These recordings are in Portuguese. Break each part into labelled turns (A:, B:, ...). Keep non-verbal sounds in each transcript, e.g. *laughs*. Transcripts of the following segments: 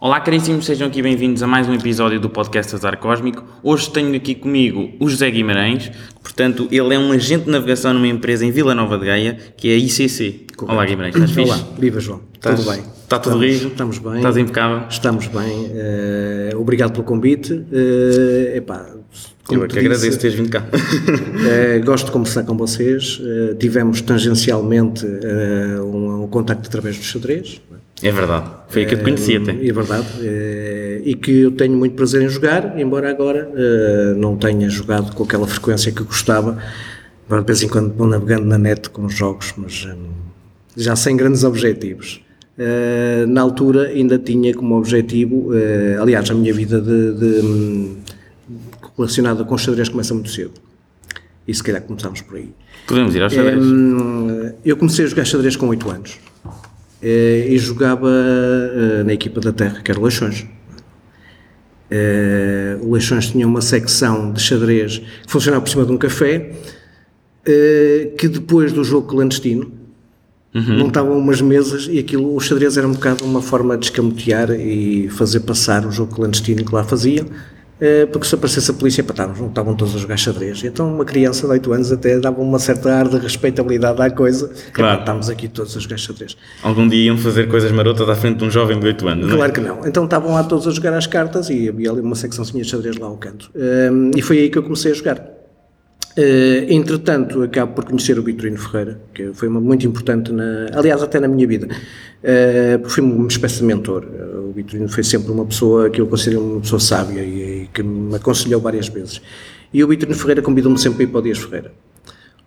A: Olá, caríssimos, sejam aqui bem-vindos a mais um episódio do podcast Azar Cósmico. Hoje tenho aqui comigo o José Guimarães, portanto, ele é um agente de navegação numa empresa em Vila Nova de Gaia, que é a ICC. Olá, Guimarães, estás é fixe?
B: Olá, Então viva João.
A: Estás-
B: tudo bem?
A: Está tudo
B: Estamos-
A: rijo?
B: Estamos bem.
A: Estás impecável?
B: Estamos bem. eh, obrigado pelo convite. eh, epá, como
A: Eu é
B: te
A: que
B: disse,
A: agradeço tipo. teres vindo cá. *laughs*
B: eh, gosto de conversar com vocês. eh, tivemos tangencialmente eh, um, um contacto através do xadrez. não é?
A: É verdade, foi aí que eu te conheci até.
B: É verdade. eh, e que eu tenho muito prazer em jogar, embora agora eh, não tenha jogado com aquela frequência que eu gostava. Agora de vez em quando vou navegando na net com os jogos, mas eh, já sem grandes objetivos. Eh, na altura ainda tinha como objetivo, eh, aliás, a minha vida de, de, hum, relacionada com xadrez começa muito cedo. E se calhar começamos por aí.
A: Podemos ir ao xadrez?
B: Hum, Eu comecei a jogar xadrez com 8 anos Eh, e jogava eh, na equipa da Terra, que era o Leixões. Eh, O Leixões tinha uma secção de xadrez que funcionava por cima de um café, eh, que depois do jogo clandestino montavam umas mesas e aquilo, o xadrez era um bocado uma forma de escamotear e fazer passar o jogo clandestino que lá faziam. eh, Porque se aparecesse a polícia, pá, estavam, estavam todos a jogar xadrez. Então, uma criança de 8 anos até dava uma certa ar de respeitabilidade à coisa.
A: Claro.
B: Epá, estamos aqui todos a jogar xadrez.
A: Algum dia iam fazer coisas marotas à frente de um jovem de 8 anos, não é?
B: Claro que não. Então estavam lá todos a jogar às cartas e havia ali uma secçãozinha de xadrez lá ao canto. Hum, e foi aí que eu comecei a jogar. Eh, entretanto, acabo por conhecer o Vitorino Ferreira, que foi uma- muito importante, na, aliás, até na minha vida, Eh, porque foi uma espécie de mentor. Eh, O Vitorino foi sempre uma pessoa que eu considero uma pessoa sábia e, e que me aconselhou várias vezes. E o Vitorino Ferreira convidou-me sempre para ir para o Dias Ferreira.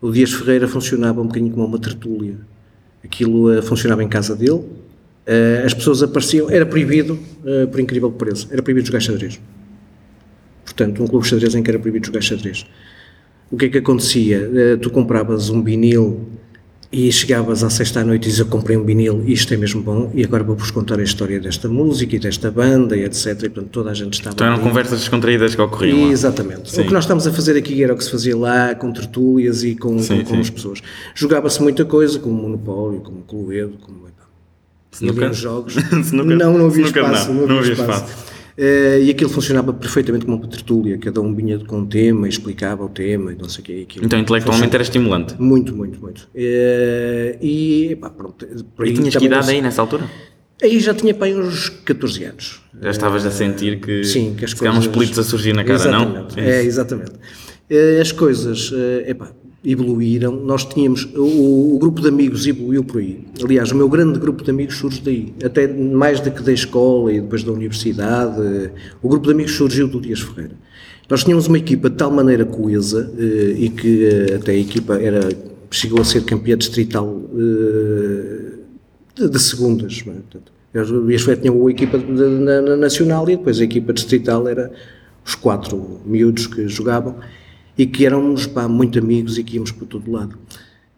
B: O Dias Ferreira funcionava um bocadinho como uma tertúlia. Aquilo eh, funcionava em casa dele, eh, as pessoas apareciam, era proibido, eh, por incrível que pareça, era proibido jogar xadrez. Portanto, um clube de xadrez em que era proibido jogar xadrez. O que é que acontecia? Eh, tu compravas um vinil e chegavas à sexta à noite e dizias, eu comprei um vinil, isto é mesmo bom, e agora vou-vos contar a história desta música e desta banda e etc. E portanto, toda a gente estava...
A: Então eram
B: ali.
A: conversas descontraídas que ocorriam lá.
B: Exatamente. O que nós estamos a fazer aqui era o que se fazia lá, com tertúlias e com,
A: Sim,
B: com- com
A: sim.
B: as pessoas. Jogava-se muita coisa, como Monopólio, como Cluedo, como epá,
A: Snooker?
B: havia uns jogos.
A: *laughs* Snooker?
B: Não, não havia
A: Snooker não.
B: espaço.
A: Não havia
B: havia espaço. Eh, e aquilo funcionava perfeitamente como uma tertúlia, cada um vinha com um tema, e explicava o tema e não sei o que é aquilo.
A: Então intelectualmente era estimulante.
B: Muito, muito, muito. Eh, e pá, pronto. por
A: E
B: aí
A: tinhas que
B: também não
A: idade
B: sei-
A: aí nessa altura?
B: Aí já tinha pai uns 14 anos.
A: Já estavas a sentir que,
B: Sim, que as
A: se calhar uns
B: coisas-
A: pelitos a surgir na cara,
B: exatamente.
A: não?
B: É, exatamente. Eh, As coisas eh, epá, evoluíram. Nós tínhamos. O, o grupo de amigos evoluiu por aí. Aliás, o meu grande grupo de amigos surge daí. Até mais do que da escola e depois da universidade. eh, O grupo de amigos surgiu do Dias Ferreira. Nós tínhamos uma equipa de tal maneira coesa eh, e que eh, até a equipa era, chegou a ser campeã distrital eh, de, de segundas. não é? Portanto, eles- o Bias Ferreira tinha uma equipa de- de- na, na nacional e depois a equipa distrital era os quatro miúdos que jogavam e que éramos pá, muito amigos e que íamos por todo lado.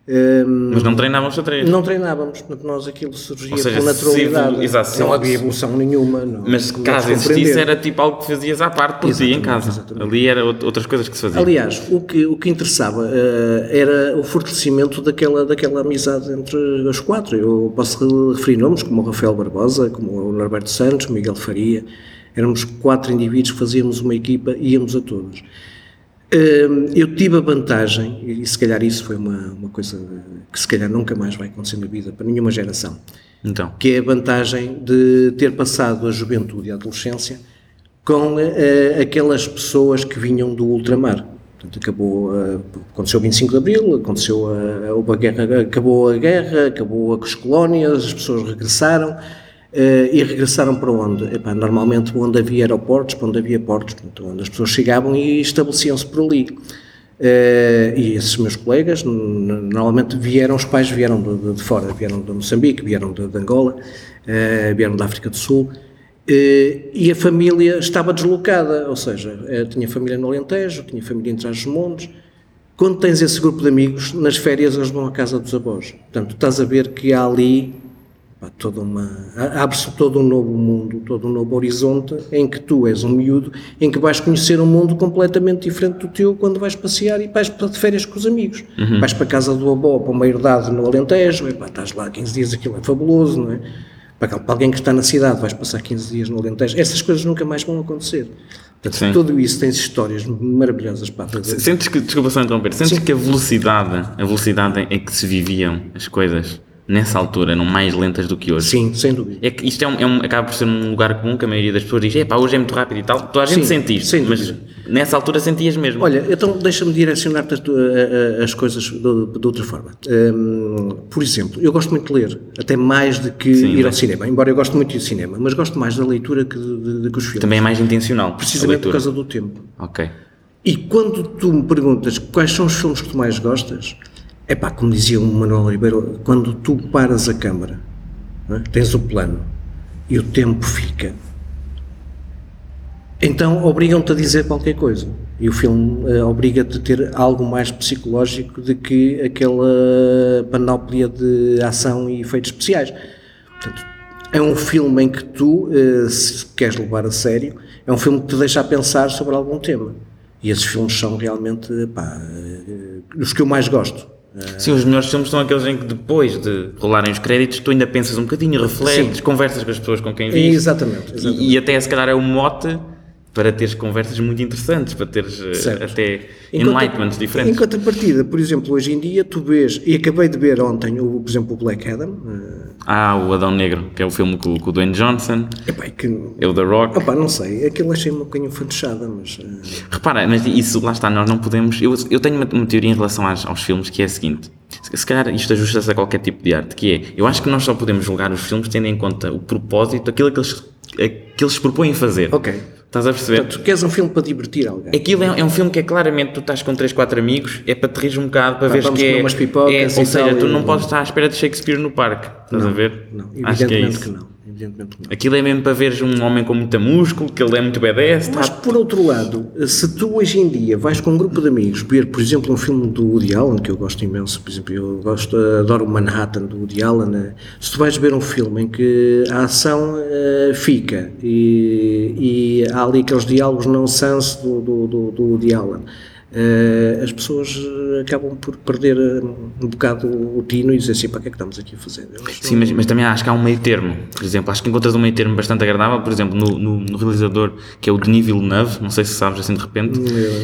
B: Hum,
A: Mas não treinavam xadrez.
B: não treinávamos, portanto, nós aquilo surgia
A: Ou seja,
B: com
A: se
B: naturalidade.
A: evolu- exato, se
B: não
A: evolu-
B: havia evolução nenhuma. Não, é?
A: Mas
B: não
A: caso
B: se compreender.
A: existisse, era tipo algo que fazias à parte por ti em
B: Exatamente,
A: casa.
B: exatamente.
A: Ali era out- outras coisas que se faziam.
B: Aliás, o que, o que interessava eh, era o fortalecimento daquela, daquela amizade entre os quatro. Eu posso re- referir nomes como o Rafael Barbosa, como o Norberto Santos, o Miguel Faria. Éramos quatro indivíduos que fazíamos uma equipa e íamos a todas. Hum, Eu tive a vantagem, e se calhar isso foi uma, uma coisa que se calhar nunca mais vai acontecer na vida para nenhuma geração,
A: Então,
B: que é a vantagem de ter passado a juventude e a adolescência com eh, aquelas pessoas que vinham do ultramar. Portanto, acabou, eh, aconteceu o 25 de Abril, aconteceu a, houve a guerra, acabou a guerra, acabou as colónias, as pessoas regressaram. eh, e regressaram para onde? Epá, normalmente onde havia aeroportos, para onde havia portos, portanto, onde as pessoas chegavam e estabeleciam-se por ali. Eh, e esses meus colegas, n- n- normalmente vieram, os pais vieram de, de- de fora, vieram de Moçambique, vieram de, de Angola, eh, vieram da África do Sul, eh, e a família estava deslocada, ou seja, eh, tinha família no Alentejo, tinha família em Trás-os-Montes. Quando tens esse grupo de amigos, nas férias eles vão à casa dos avós. Portanto, estás a ver que há ali Pá, toda uma abre-se todo um novo mundo, todo um novo horizonte em que tu és um miúdo, em que vais conhecer um mundo completamente diferente do teu quando vais passear e vais para de férias com os amigos. Vais para a casa do avô, para uma herdade no Alentejo, e, pá, estás lá 15 dias, aquilo é fabuloso, não é? Para para alguém que está na cidade, vais passar 15 dias no Alentejo. Essas coisas nunca mais vão acontecer. Portanto,
A: Sim.
B: tudo isso tens histórias maravilhosas para fazer.
A: Sentes que, desculpa só interromper, sentes que a velocidade, a velocidade em que se viviam as coisas nessa altura eram mais lentas do que hoje?
B: Sim, sem dúvida.
A: É que isto é um, é um- acaba por ser um lugar comum que a maioria das pessoas diz: é pá, hoje é muito rápido e tal. Toda a gente
B: Sim,
A: sente isto,
B: sem
A: mas nessa altura sentias mesmo.
B: Olha, então deixa-me direcionar-te as, tu- a- a- as coisas do- de outra forma. Hum, por exemplo, eu gosto muito de ler, até mais do que ir
A: é?
B: ao cinema, embora eu goste muito de cinema, mas gosto mais da leitura que, de, de, de que os filmes,
A: Também é mais intencional. a
B: precisamente
A: leitura.
B: por causa do tempo.
A: Ok.
B: E quando tu me perguntas quais são os filmes que tu mais gostas, é pá, como dizia o Manuel Ribeiro, quando tu paras a câmara, não é? tens o plano e o tempo fica, então obrigam-te a dizer qualquer coisa. E o filme eh, obriga-te a ter algo mais psicológico do que aquela panóplia de ação e efeitos especiais. Portanto, é um filme em que tu, eh, se queres levar a sério, é um filme que te deixa a pensar sobre algum tema. E esses filmes são realmente pá, eh, os que eu mais gosto.
A: Sim, os melhores filmes são aqueles em que depois de rolarem os créditos, tu ainda pensas um bocadinho, refletes, conversas com as pessoas com
B: É
A: quem viste.
B: Exatamente. exatamente.
A: E, e até se calhar é o mote para teres conversas muito interessantes, para teres eh,
B: Certo.
A: até
B: Enquanto-
A: enlightenments
B: Em
A: diferentes.
B: contrapartida, por exemplo, hoje em dia tu vês, e acabei de ver ontem, o, por exemplo, o Black Adam, eh,
A: Ah, o Adão Negro, que é o filme com, com o Dwayne Johnson,
B: epá, é que
A: é o The Rock.
B: Opa, não sei, aquilo achei um bocadinho fantochada, mas. eh,
A: Repara, mas isso lá está, nós não podemos. Eu, eu tenho uma, uma teoria em relação às- aos filmes que é a seguinte: se, se calhar isto ajusta-se a qualquer tipo de arte, que é eu acho que nós só podemos julgar os filmes tendo em conta o propósito, aquilo que eles, a- que eles se propõem fazer.
B: Ok.
A: Estás a perceber?
B: Tu queres um filme para divertir alguém?
A: Aquilo é, é um filme que é claramente tu estás com 3, 4 amigos, é para te rir um bocado, para
B: Pá,
A: ver
B: vamos
A: que é,
B: comer umas Tá, pipocas
A: é-
B: e
A: Ou
B: tal,
A: seja, tu
B: e-
A: não podes estar à espera de Shakespeare no parque, estás a ver?
B: Não,
A: Acho que é
B: evidentemente que,
A: isso.
B: não. Evidentemente que não.
A: Aquilo é mesmo para veres um homem com muita músculo, que ele é muito badass,
B: Mas
A: tá-
B: por outro lado, se tu hoje em dia vais com um grupo de amigos ver, por exemplo, um filme do Woody Allen, que eu gosto imenso, por exemplo, eu gosto, adoro o Manhattan do Woody Allen, eh, se tu vais ver um filme em que a ação eh, fica e, e há ali aqueles diálogos não sense do, do, do, do Woody Allen, eh, as pessoas eh, acabam por perder eh, um bocado o tino e dizer assim, para que é que estamos aqui a fazer? Eu acho que
A: Sim, mas, mas também acho que há um meio termo. Por exemplo, acho que encontras um meio termo bastante agradável, por exemplo, no, no- no realizador que é o Denis Villeneuve, não sei se sabes assim de repente.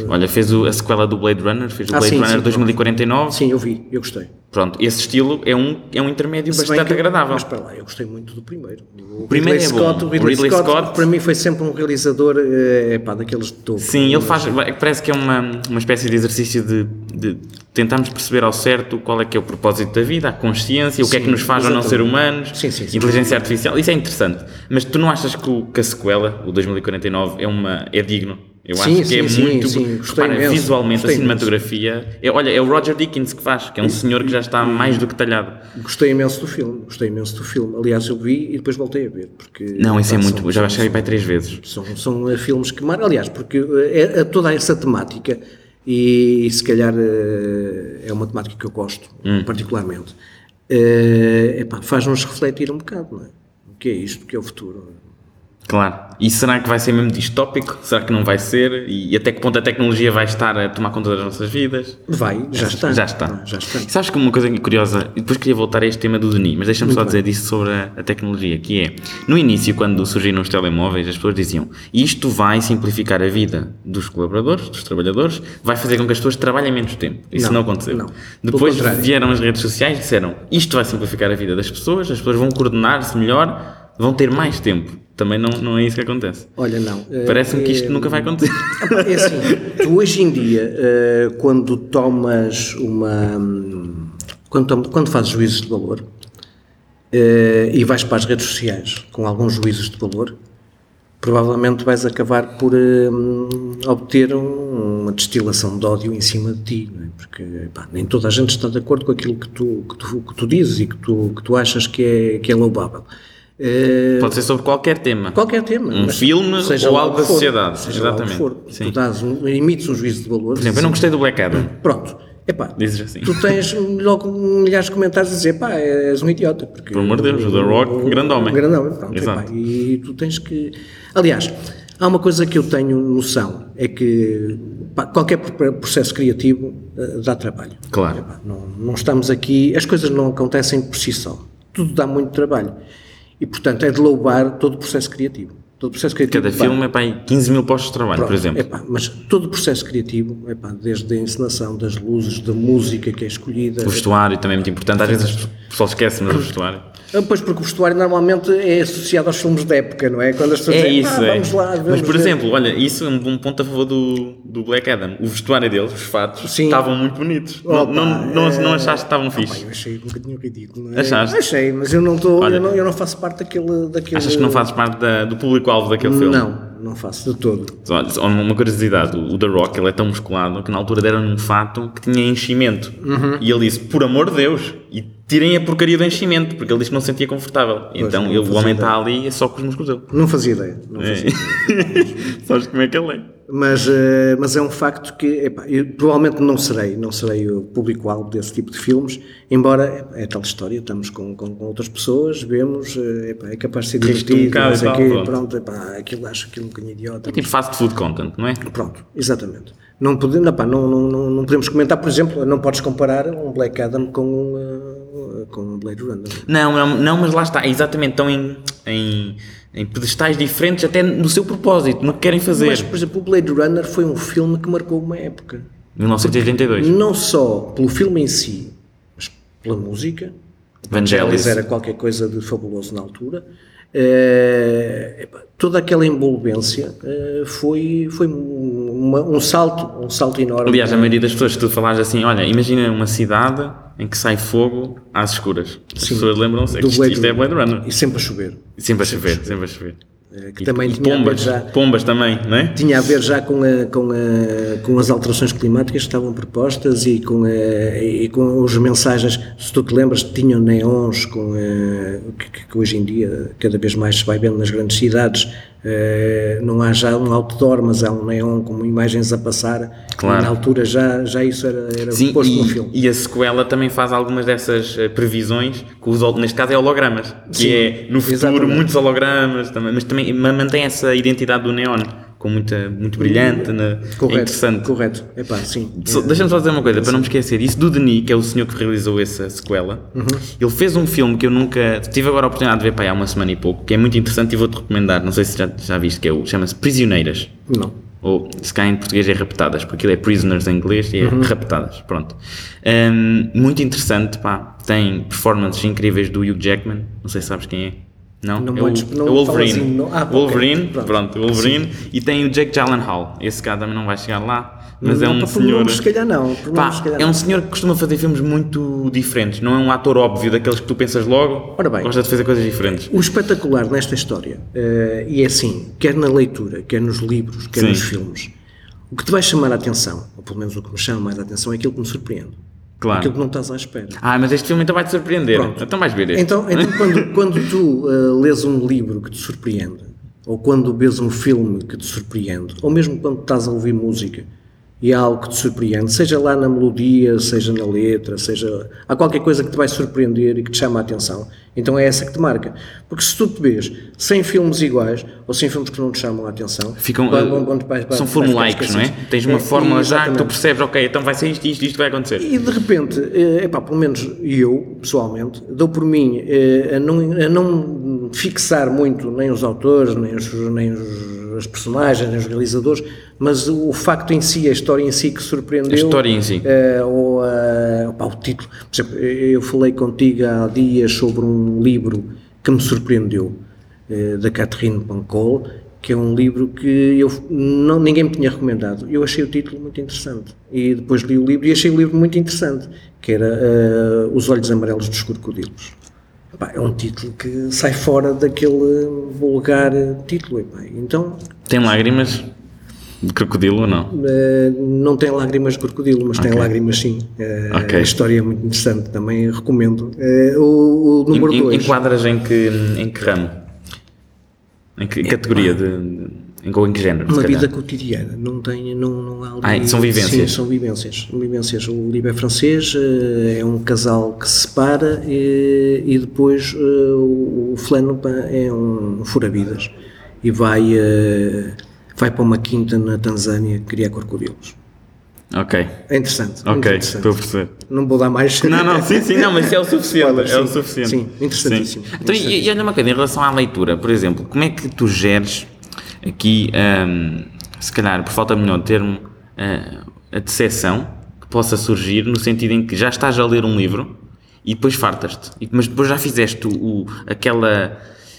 A: Olha, fez o- a sequela do Blade Runner, fez o
B: Ah,
A: Blade
B: sim,
A: Runner
B: sim,
A: 2049.
B: Sim, eu vi, eu gostei.
A: Pronto, esse estilo é um, é um intermédio
B: Se bem
A: bastante
B: que-
A: agradável.
B: Mas para lá, eu gostei muito do primeiro. O
A: primeiro é
B: Ridley
A: bom.
B: Scott, O Ridley,
A: Ridley
B: Scott,
A: Scott-
B: para mim, foi sempre um realizador eh, epá, daqueles de topo.
A: Sim, ele faz. vai- Parece que é uma, uma espécie de exercício de, de tentarmos perceber ao certo qual é que é o propósito da vida, a consciência, o que é que
B: Sim,
A: nos faz ou não ser
B: exatamente.
A: humanos,
B: Sim, sim, sim.
A: inteligência artificial. Isso é interessante. Mas tu não achas que, o- que a sequela, o 2049, é, uma, é digno? Eu
B: Sim,
A: acho que é
B: sim, sim,
A: muito.
B: sim, gostei imenso,
A: visualmente,
B: gostei
A: a
B: imenso.
A: cinematografia. É, olha, é o Roger Dickens que faz, que é um senhor que já está mais do que talhado.
B: Gostei imenso do filme, gostei imenso do filme. Aliás, eu vi e depois voltei a ver. Porque,
A: Não, isso é
B: epá,
A: muito.
B: são-
A: bom. já
B: são-
A: cheguei para aí três vezes.
B: São, são eh, filmes que marcam. Aliás, porque eh, é, é toda essa temática, e, se calhar eh, é uma temática que eu gosto,
A: Hum.
B: particularmente, eh, epá, faz-nos refletir um bocado, não é? O que é isto, o que é o futuro?
A: Claro. E será que vai ser mesmo distópico? Será que não vai ser? E até que ponto a tecnologia vai estar a tomar conta das nossas vidas?
B: Vai, já está.
A: Já está.
B: não é? Já está.
A: E Sabes que uma coisa curiosa, e depois queria voltar a este tema do Denis, mas deixa-me só
B: bem.
A: dizer disso sobre a, a tecnologia, que é, no início, quando surgiram os telemóveis, as pessoas diziam, isto vai simplificar a vida dos colaboradores, dos trabalhadores, vai fazer com que as pessoas trabalhem menos tempo. Isso não,
B: Não,
A: aconteceu.
B: não.
A: Depois
B: Pelo contrário.
A: vieram as redes sociais e disseram, isto vai simplificar a vida das pessoas, as pessoas vão coordenar-se melhor, vão ter mais tempo. Também não, não é isso que acontece.
B: Olha, não. eh,
A: Parece-me que isto nunca vai acontecer.
B: É assim, tu hoje em dia, eh, quando tomas uma. hum, Quando, tom- quando fazes juízes de valor eh, e vais para as redes sociais com alguns juízes de valor, provavelmente vais acabar por hum, obter um- uma destilação de ódio em cima de ti, não é? porque pá, nem toda a gente está de acordo com aquilo que tu, que tu, que tu dizes e que tu, que tu achas que é, que é louvável. Eh,
A: Pode ser sobre qualquer tema.
B: Qualquer tema.
A: Um
B: mas
A: filme
B: seja
A: ou
B: lá
A: algo
B: o que
A: da
B: for,
A: sociedade,
B: Seja lá o que
A: exatamente.
B: for.
A: Sim.
B: Tu dás um, emites um juízo de valor.
A: Por exemplo, eu não gostei do Black Adam.
B: Pronto. Epá,
A: Dizes assim.
B: tu tens logo milhares de comentários a dizer, pá, és um idiota. Porque,
A: Por amor de Deus, o The Rock, grande homem.
B: Grande homem, pronto,
A: Exato.
B: epá, E tu tens que... Aliás, há uma coisa que eu tenho noção, é que pá, qualquer pro- processo criativo eh, dá trabalho.
A: Claro.
B: Epá, Não, não estamos aqui, as coisas não acontecem por si só. Tudo dá muito trabalho. E, portanto, é de louvar todo o processo criativo. Todo o processo criativo
A: Cada
B: pá,
A: filme é para aí 15 mil postos de trabalho, por
B: Pronto,
A: exemplo.
B: epá, mas todo o processo criativo, epá, desde a encenação das luzes, da música que é escolhida.
A: O vestuário também é muito importante. Às vezes o pessoal esquece, mas o vestuário.
B: Ah, Pois, porque o vestuário normalmente é associado aos filmes da época, não é? Quando as pessoas
A: É
B: dizem,
A: isso,
B: "Ah,
A: é.
B: vamos lá, vamos
A: Mas, por
B: ver."
A: exemplo, olha, isso é um bom ponto a favor do, do Black Adam. O vestuário deles, os fatos,
B: Sim.
A: estavam muito bonitos.
B: Opa,
A: não, não, não,
B: é.
A: não achaste que estavam
B: Pá,
A: fixe?
B: eu achei um bocadinho ridículo, não é?
A: Achaste?
B: Achei, mas eu não, tô,
A: Olha.
B: eu, não, eu não faço parte daquele, daquele.
A: Achas que não fazes parte da- do público-alvo daquele filme?
B: Não, não faço de todo.
A: Olha, só uma curiosidade, o o The Rock ele é tão musculado que na altura deram-lhe um fato que tinha enchimento.
B: Uhum.
A: E ele disse, por amor de Deus, e tirem a porcaria do enchimento, porque ele disse que não se sentia confortável. então
B: não
A: ele, o
B: fazia
A: homem
B: ideia.
A: está ali e é só com os músculos dele.
B: Não fazia ideia. Não fazia
A: É. *laughs* Sabes como é que ele é?
B: Mas, eh, mas é um facto que epá, eu provavelmente não serei, não serei o público-alvo desse tipo de filmes, embora é tal história, estamos com, com, com outras pessoas, vemos, eh, epá, é capaz de ser
A: Riste um
B: divertido,
A: bocado
B: não
A: e
B: sei
A: tal,
B: quê,
A: pronto.
B: pronto, epá, aquilo acho aquilo um bocadinho idiota.
A: É tipo fast food content, não é?
B: Pronto, exatamente. Não podemos, epá, não, não, não, não podemos comentar, por exemplo, não podes comparar um Black Adam com um, eh, com um Blade Runner.
A: Não, não, não, mas lá está, é exatamente, estão em, em, em pedestais diferentes até no seu propósito, no que querem fazer.
B: Mas, por exemplo, o Blade Runner foi um filme que marcou uma época.
A: 1982,
B: Não só pelo filme em si, mas pela música. Eles
A: Vangelis.
B: era qualquer coisa de fabuloso na altura. Eh, epá, toda aquela envolvência eh, foi, foi uma- um salto, um salto enorme.
A: Aliás, a maioria das pessoas, se tu falares assim, olha, imagina uma cidade em que sai fogo às escuras. As pessoas lembram-se, é que
B: do
A: isto,
B: Blade
A: isto é Blade Runner.
B: e sempre a chover.
A: E Sempre a chover, sempre a chover.
B: eh, que
A: E,
B: também
A: e
B: tinha,
A: pombas,
B: a ver já,
A: pombas também, não é?
B: tinha a ver já com, a- com a- com as alterações climáticas que estavam propostas e com, a- e com as mensagens, se tu te lembras, tinham neons com, a- que, que hoje em dia cada vez mais se vai vendo nas grandes cidades. Eh, não há já um outdoor, mas há um neon com imagens a passar.
A: Claro.
B: Na altura já, já isso era, era
A: Sim,
B: posto no filme.
A: e, e a sequela também faz algumas dessas eh, previsões, que os, hol- neste caso é hologramas, que
B: Sim,
A: é no futuro
B: exatamente.
A: muitos hologramas, também, mas também ma- mantém essa identidade do neon, com muita, muito brilhante, né? é interessante.
B: correto. Epá, sim.
A: Só- Deixa-me só dizer uma coisa, para não me esquecer isso, do Denis, que é o senhor que realizou essa sequela,
B: Uhum.
A: ele fez um filme que eu nunca tive agora a oportunidade de ver para há uma semana e pouco, que é muito interessante e vou-te recomendar, não sei se já, já viste, que é o, chama-se Prisioneiras
B: Não.
A: ou se cá em português é raptadas, porque aquilo é prisoners em inglês e é
B: Uhum.
A: raptadas, pronto. Hum, muito interessante, pá, tem performances incríveis do Hugh Jackman, não sei se sabes quem é. Não,
B: Não
A: é
B: podes-
A: o,
B: não
A: é o Wolverine.
B: falas em- não- ah, ok,
A: Wolverine,
B: pronto.
A: pronto, Wolverine. E tem o Jake Gyllenhaal, esse cara também não vai chegar lá, mas é
B: Não,
A: um
B: pá, por
A: senhor...
B: nomes, se calhar não, por
A: Pá,
B: nomes, se calhar
A: é um
B: não.
A: senhor que costuma fazer filmes muito diferentes, não é um ator óbvio, daqueles que tu pensas logo,
B: Ora bem.
A: gosta de fazer coisas diferentes.
B: O espetacular nesta história, eh, e é assim, quer na leitura, quer nos livros, quer
A: Sim.
B: nos filmes, o que te vai chamar a atenção, ou pelo menos o que me chama mais a atenção, é aquilo que me surpreende.
A: Claro.
B: Aquilo que não estás à espera.
A: Ah, mas este filme então vai-te surpreender,
B: Pronto.
A: então vais ver este.
B: Então, então quando, quando tu eh, lês um livro que te surpreende, ou quando vês um filme que te surpreende, ou mesmo quando estás a ouvir música e há algo que te surpreende, seja lá na melodia, seja na letra, seja. Há qualquer coisa que te vai surpreender e que te chama a atenção, então é essa que te marca. Porque se tu te vês sem filmes iguais, ou sem filmes que não te chamam a atenção,
A: Ficam,
B: vai-
A: eh,
B: vão- vão- vai- vai-
A: são
B: vai
A: formulaicos,
B: ficar
A: não é?
B: esquecidos.
A: Tens uma
B: É,
A: fórmula já que tu
B: exatamente.
A: percebes, ok, então vai ser isto, isto, isto vai acontecer.
B: E de repente, eh, epá, pelo menos eu, pessoalmente, dou por mim eh, a não, a não fixar muito nem os autores, nem, os, nem os- as personagens, nem os realizadores, mas o facto em si, a história em si que surpreendeu.
A: A história em si.
B: eh, ou eh, opá, o título. Por exemplo, eu falei contigo há dias sobre um livro que me surpreendeu, eh, da Catherine Pancol, que é um livro que eu não, ninguém me tinha recomendado. Eu achei o título muito interessante. E depois li o livro e achei o livro muito interessante, que era eh, Os Olhos Amarelos dos Crocodilos. Epá, é um título que sai fora daquele vulgar eh, título. epá. Então,
A: Tem lágrimas de crocodilo ou não?
B: eh, não tem lágrimas de crocodilo, mas tem
A: Ok.
B: lágrimas sim. Eh,
A: Ok.
B: A história é muito interessante, também recomendo. Eh, o, o número
A: Em- em-
B: 2.
A: Enquadras em que, em que ramo? Em que categoria? De, em, com- em que género? se
B: É, Uma
A: calhar?
B: vida cotidiana, não tem, não, não há ali...
A: Ah, são vivências.
B: Sim, são vivências, são vivências. O livro é francês, eh, é um casal que se separa eh, e, depois eh, o o Flano pá, é um fura-vidas e vai, eh, vai para uma quinta na Tanzânia criar corcovilos.
A: Ok,
B: É interessante.
A: ok,
B: muito interessante.
A: estou a perceber.
B: Não vou dar mais.
A: Não, não, sim, sim, não, mas isso é o suficiente.
B: Olha,
A: é o
B: sim,
A: suficiente.
B: sim, interessantíssimo,
A: Sim. Então, e, e olha uma coisa, em relação à leitura, por exemplo, como é que tu geres aqui, ahm, se calhar, por falta de melhor termo, ah, a decepção que possa surgir no sentido em que já estás a ler um livro e depois fartas-te, E- mas depois já fizeste o, o- aquela.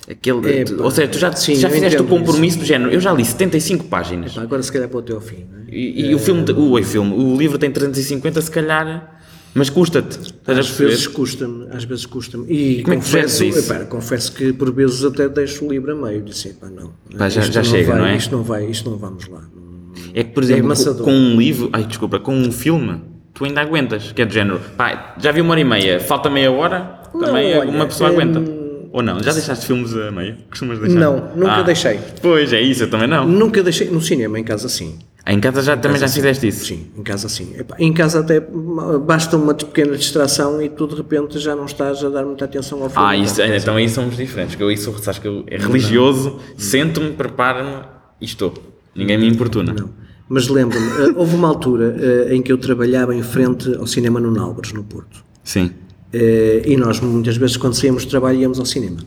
A: Aquele,
B: Epá,
A: ou seja, tu já,
B: É, sim,
A: já
B: eu
A: fizeste o
B: entendo
A: compromisso do género. Eu já li 75 páginas.
B: Pá, Agora se calhar para o teu fim. não é?
A: E, e o filme, o, oi, filme, o livro tem 350, se calhar, mas custa-te. Estás a
B: Às
A: perceber?
B: vezes custa-me, às vezes custa-me. E
A: Como é que
B: confesso,
A: geres isso?
B: epá, confesso que por vezes até deixo o livro a meio. Disse, pá, não.
A: Pá, já-
B: isto
A: já chega,
B: vai,
A: não é?
B: Isto não vai, isto não vamos lá. Não-
A: É que, por exemplo,
B: amassador.
A: co- com um livro, ai desculpa, com um filme, tu ainda aguentas, que é do género, pá, já vi uma hora e meia, falta meia hora, também é
B: olha,
A: uma pessoa
B: hum,
A: aguenta. Ou não, já deixaste filmes a meio? Costumas deixar?
B: Não,
A: Ah.
B: nunca deixei.
A: Pois, é isso, eu também não. Ah,
B: Nunca deixei no cinema, em casa sim.
A: Em casa já, também já fizeste isso.
B: assim, Sim, em casa sim. Epá, em casa até hum, basta uma pequena distração e tu de repente já não estás a dar muita atenção ao filme.
A: Ah, isso,
B: Então,
A: é, então aí somos diferentes, porque eu isso, sabes que eu, é religioso, sento-me, preparo-me e estou. Ninguém me importuna.
B: Não. Mas lembro-me, eh, houve uma altura eh, em que eu trabalhava em frente ao cinema no Nalbres, no Porto.
A: Sim.
B: Eh, e nós muitas vezes quando saíamos de trabalho íamos ao cinema.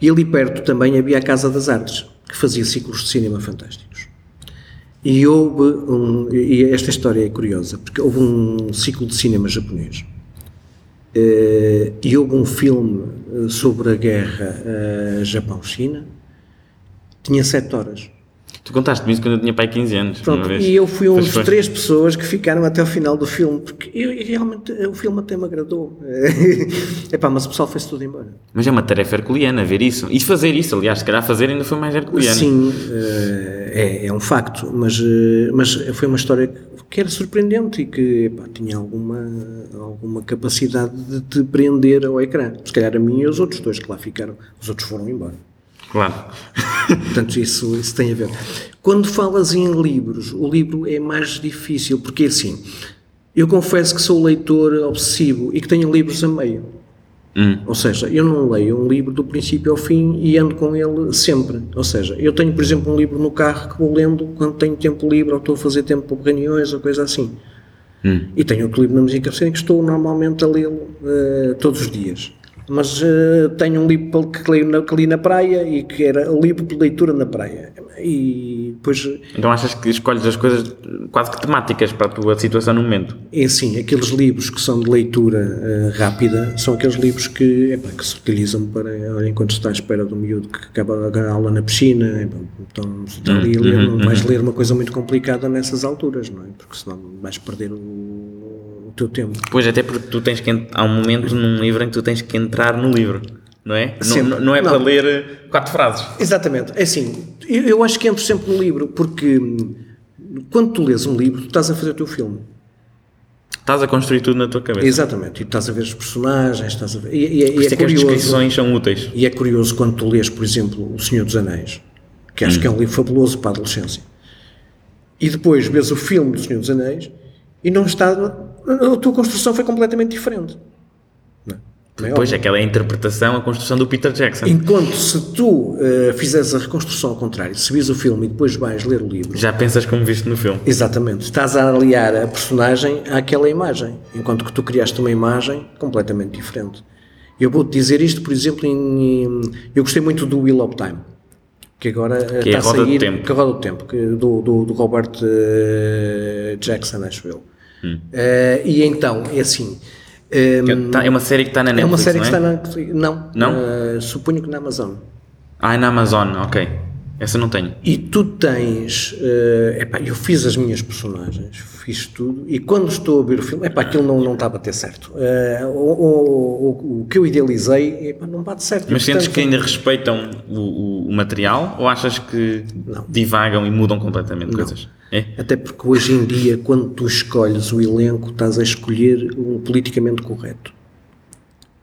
B: E ali perto também havia a Casa das Artes, que fazia ciclos de cinema fantásticos. E houve um, e esta história é curiosa, porque houve um ciclo de cinema japonês. Eh, e houve um filme eh, sobre a guerra eh, Japão-China, tinha sete horas.
A: Tu contaste-me isso quando eu tinha pai 15 anos. uma
B: Pronto,
A: vez.
B: e eu fui um
A: Pois
B: dos
A: foi.
B: três pessoas que ficaram até o final do filme, porque eu, eu realmente o filme até me agradou. *laughs* Epá, mas o pessoal foi-se tudo embora.
A: Mas é uma tarefa herculeana ver isso. E fazer isso, aliás, se calhar fazer ainda foi mais herculeano.
B: Sim, eh, é, é um facto, mas, eh, mas foi uma história que- que era surpreendente e que epá, tinha alguma, alguma capacidade de te prender ao ecrã. Se calhar a mim e os outros dois que lá ficaram, os outros foram embora.
A: Claro.
B: Portanto, isso, isso tem a ver. Quando falas em livros, o livro é mais difícil, porque assim, eu confesso que sou leitor obsessivo e que tenho livros a meio.
A: Hum.
B: Ou seja, eu não leio um livro do princípio ao fim e ando com ele sempre. Ou seja, eu tenho, por exemplo, um livro no carro que vou lendo quando tenho tempo livre ou estou a fazer tempo para reuniões ou coisa assim.
A: Hum.
B: E tenho outro livro na minha cabeceira que estou normalmente a lê-lo eh, todos os dias. Mas eh, tenho um livro que leio na, que li na praia e que era livro de leitura na praia. E depois
A: Então achas que escolhes as coisas quase que temáticas para a tua situação no momento?
B: É assim, aqueles livros que são de leitura eh, rápida são aqueles livros que, epá, que se utilizam para, olha, enquanto está à espera do miúdo que acaba a aula na piscina, epá, então se está ali a ler, não vais ler uma coisa muito complicada nessas alturas, não é? Porque senão vais perder o, o teu tempo.
A: Pois, até porque tu tens que. en- Há um momento num livro em que tu tens que entrar no livro, não é? Não-
B: Sempre.
A: Não, não é
B: Não.
A: para ler eh, quatro frases.
B: Exatamente, é assim, eu, eu acho que entro sempre no livro, porque hum, quando tu lês um livro, tu estás a fazer o teu filme.
A: Estás a construir tudo na tua cabeça.
B: Exatamente, e estás a ver os personagens, estás a ver... E, e- e
A: Por isso é, que as
B: curioso-
A: descrições são úteis.
B: E é curioso quando tu lês, por exemplo, O Senhor dos Anéis, que
A: Hum.
B: acho que é um livro fabuloso para a adolescência, e depois vês o filme do Senhor dos Anéis e não está. A tua construção foi completamente diferente. Não é? Não é
A: Pois, aquela é a interpretação, a construção do Peter Jackson.
B: Enquanto se tu eh, fizeres a reconstrução ao contrário, se vês o filme e depois vais ler o livro,
A: Já pensas como viste no filme.
B: exatamente, estás a aliar a personagem àquela imagem, enquanto que tu criaste uma imagem completamente diferente. Eu vou-te dizer isto, por exemplo, em, em- eu gostei muito do Wheel of Time, que agora eh,
A: Que é
B: está
A: a
B: a
A: roda do
B: sair,
A: tempo.
B: que é a roda do tempo, que- do, do, do Robert eh, Jackson, acho eu.
A: Hum.
B: Eh, e então, é assim, eh,
A: Que tá- é uma série que está na
B: é
A: Netflix.
B: uma série que
A: não
B: está
A: é?
B: na... Não,
A: Não?
B: eh, suponho que na Amazon.
A: Ah, é na Amazon, ok. Essa não tenho.
B: E tu tens. eh, epá, eu fiz as minhas personagens, fiz tudo, e quando estou a ver o filme, epá, aquilo não, não estava a ter certo. Eh, o, o- o- o que eu idealizei, epá, não bate certo.
A: Mas
B: E,
A: sentes
B: portanto,
A: que ainda respeitam o, o- o material ou achas que
B: Não.
A: divagam e mudam completamente coisas? É?
B: Até porque hoje em dia, quando tu escolhes o elenco, estás a escolher um politicamente correto.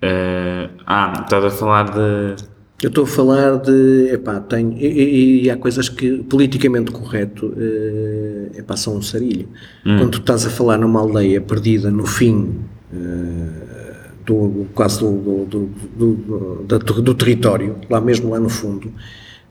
A: Eh, ah, estás a falar de.
B: Eu estou a falar de. Epá, tenho, e, e- e há coisas que politicamente correto eh, epá, são um sarilho.
A: Hum.
B: Quando tu estás a falar numa aldeia perdida no fim eh, do, quase do, do, do, do, do- da ter- do território, lá mesmo lá no fundo,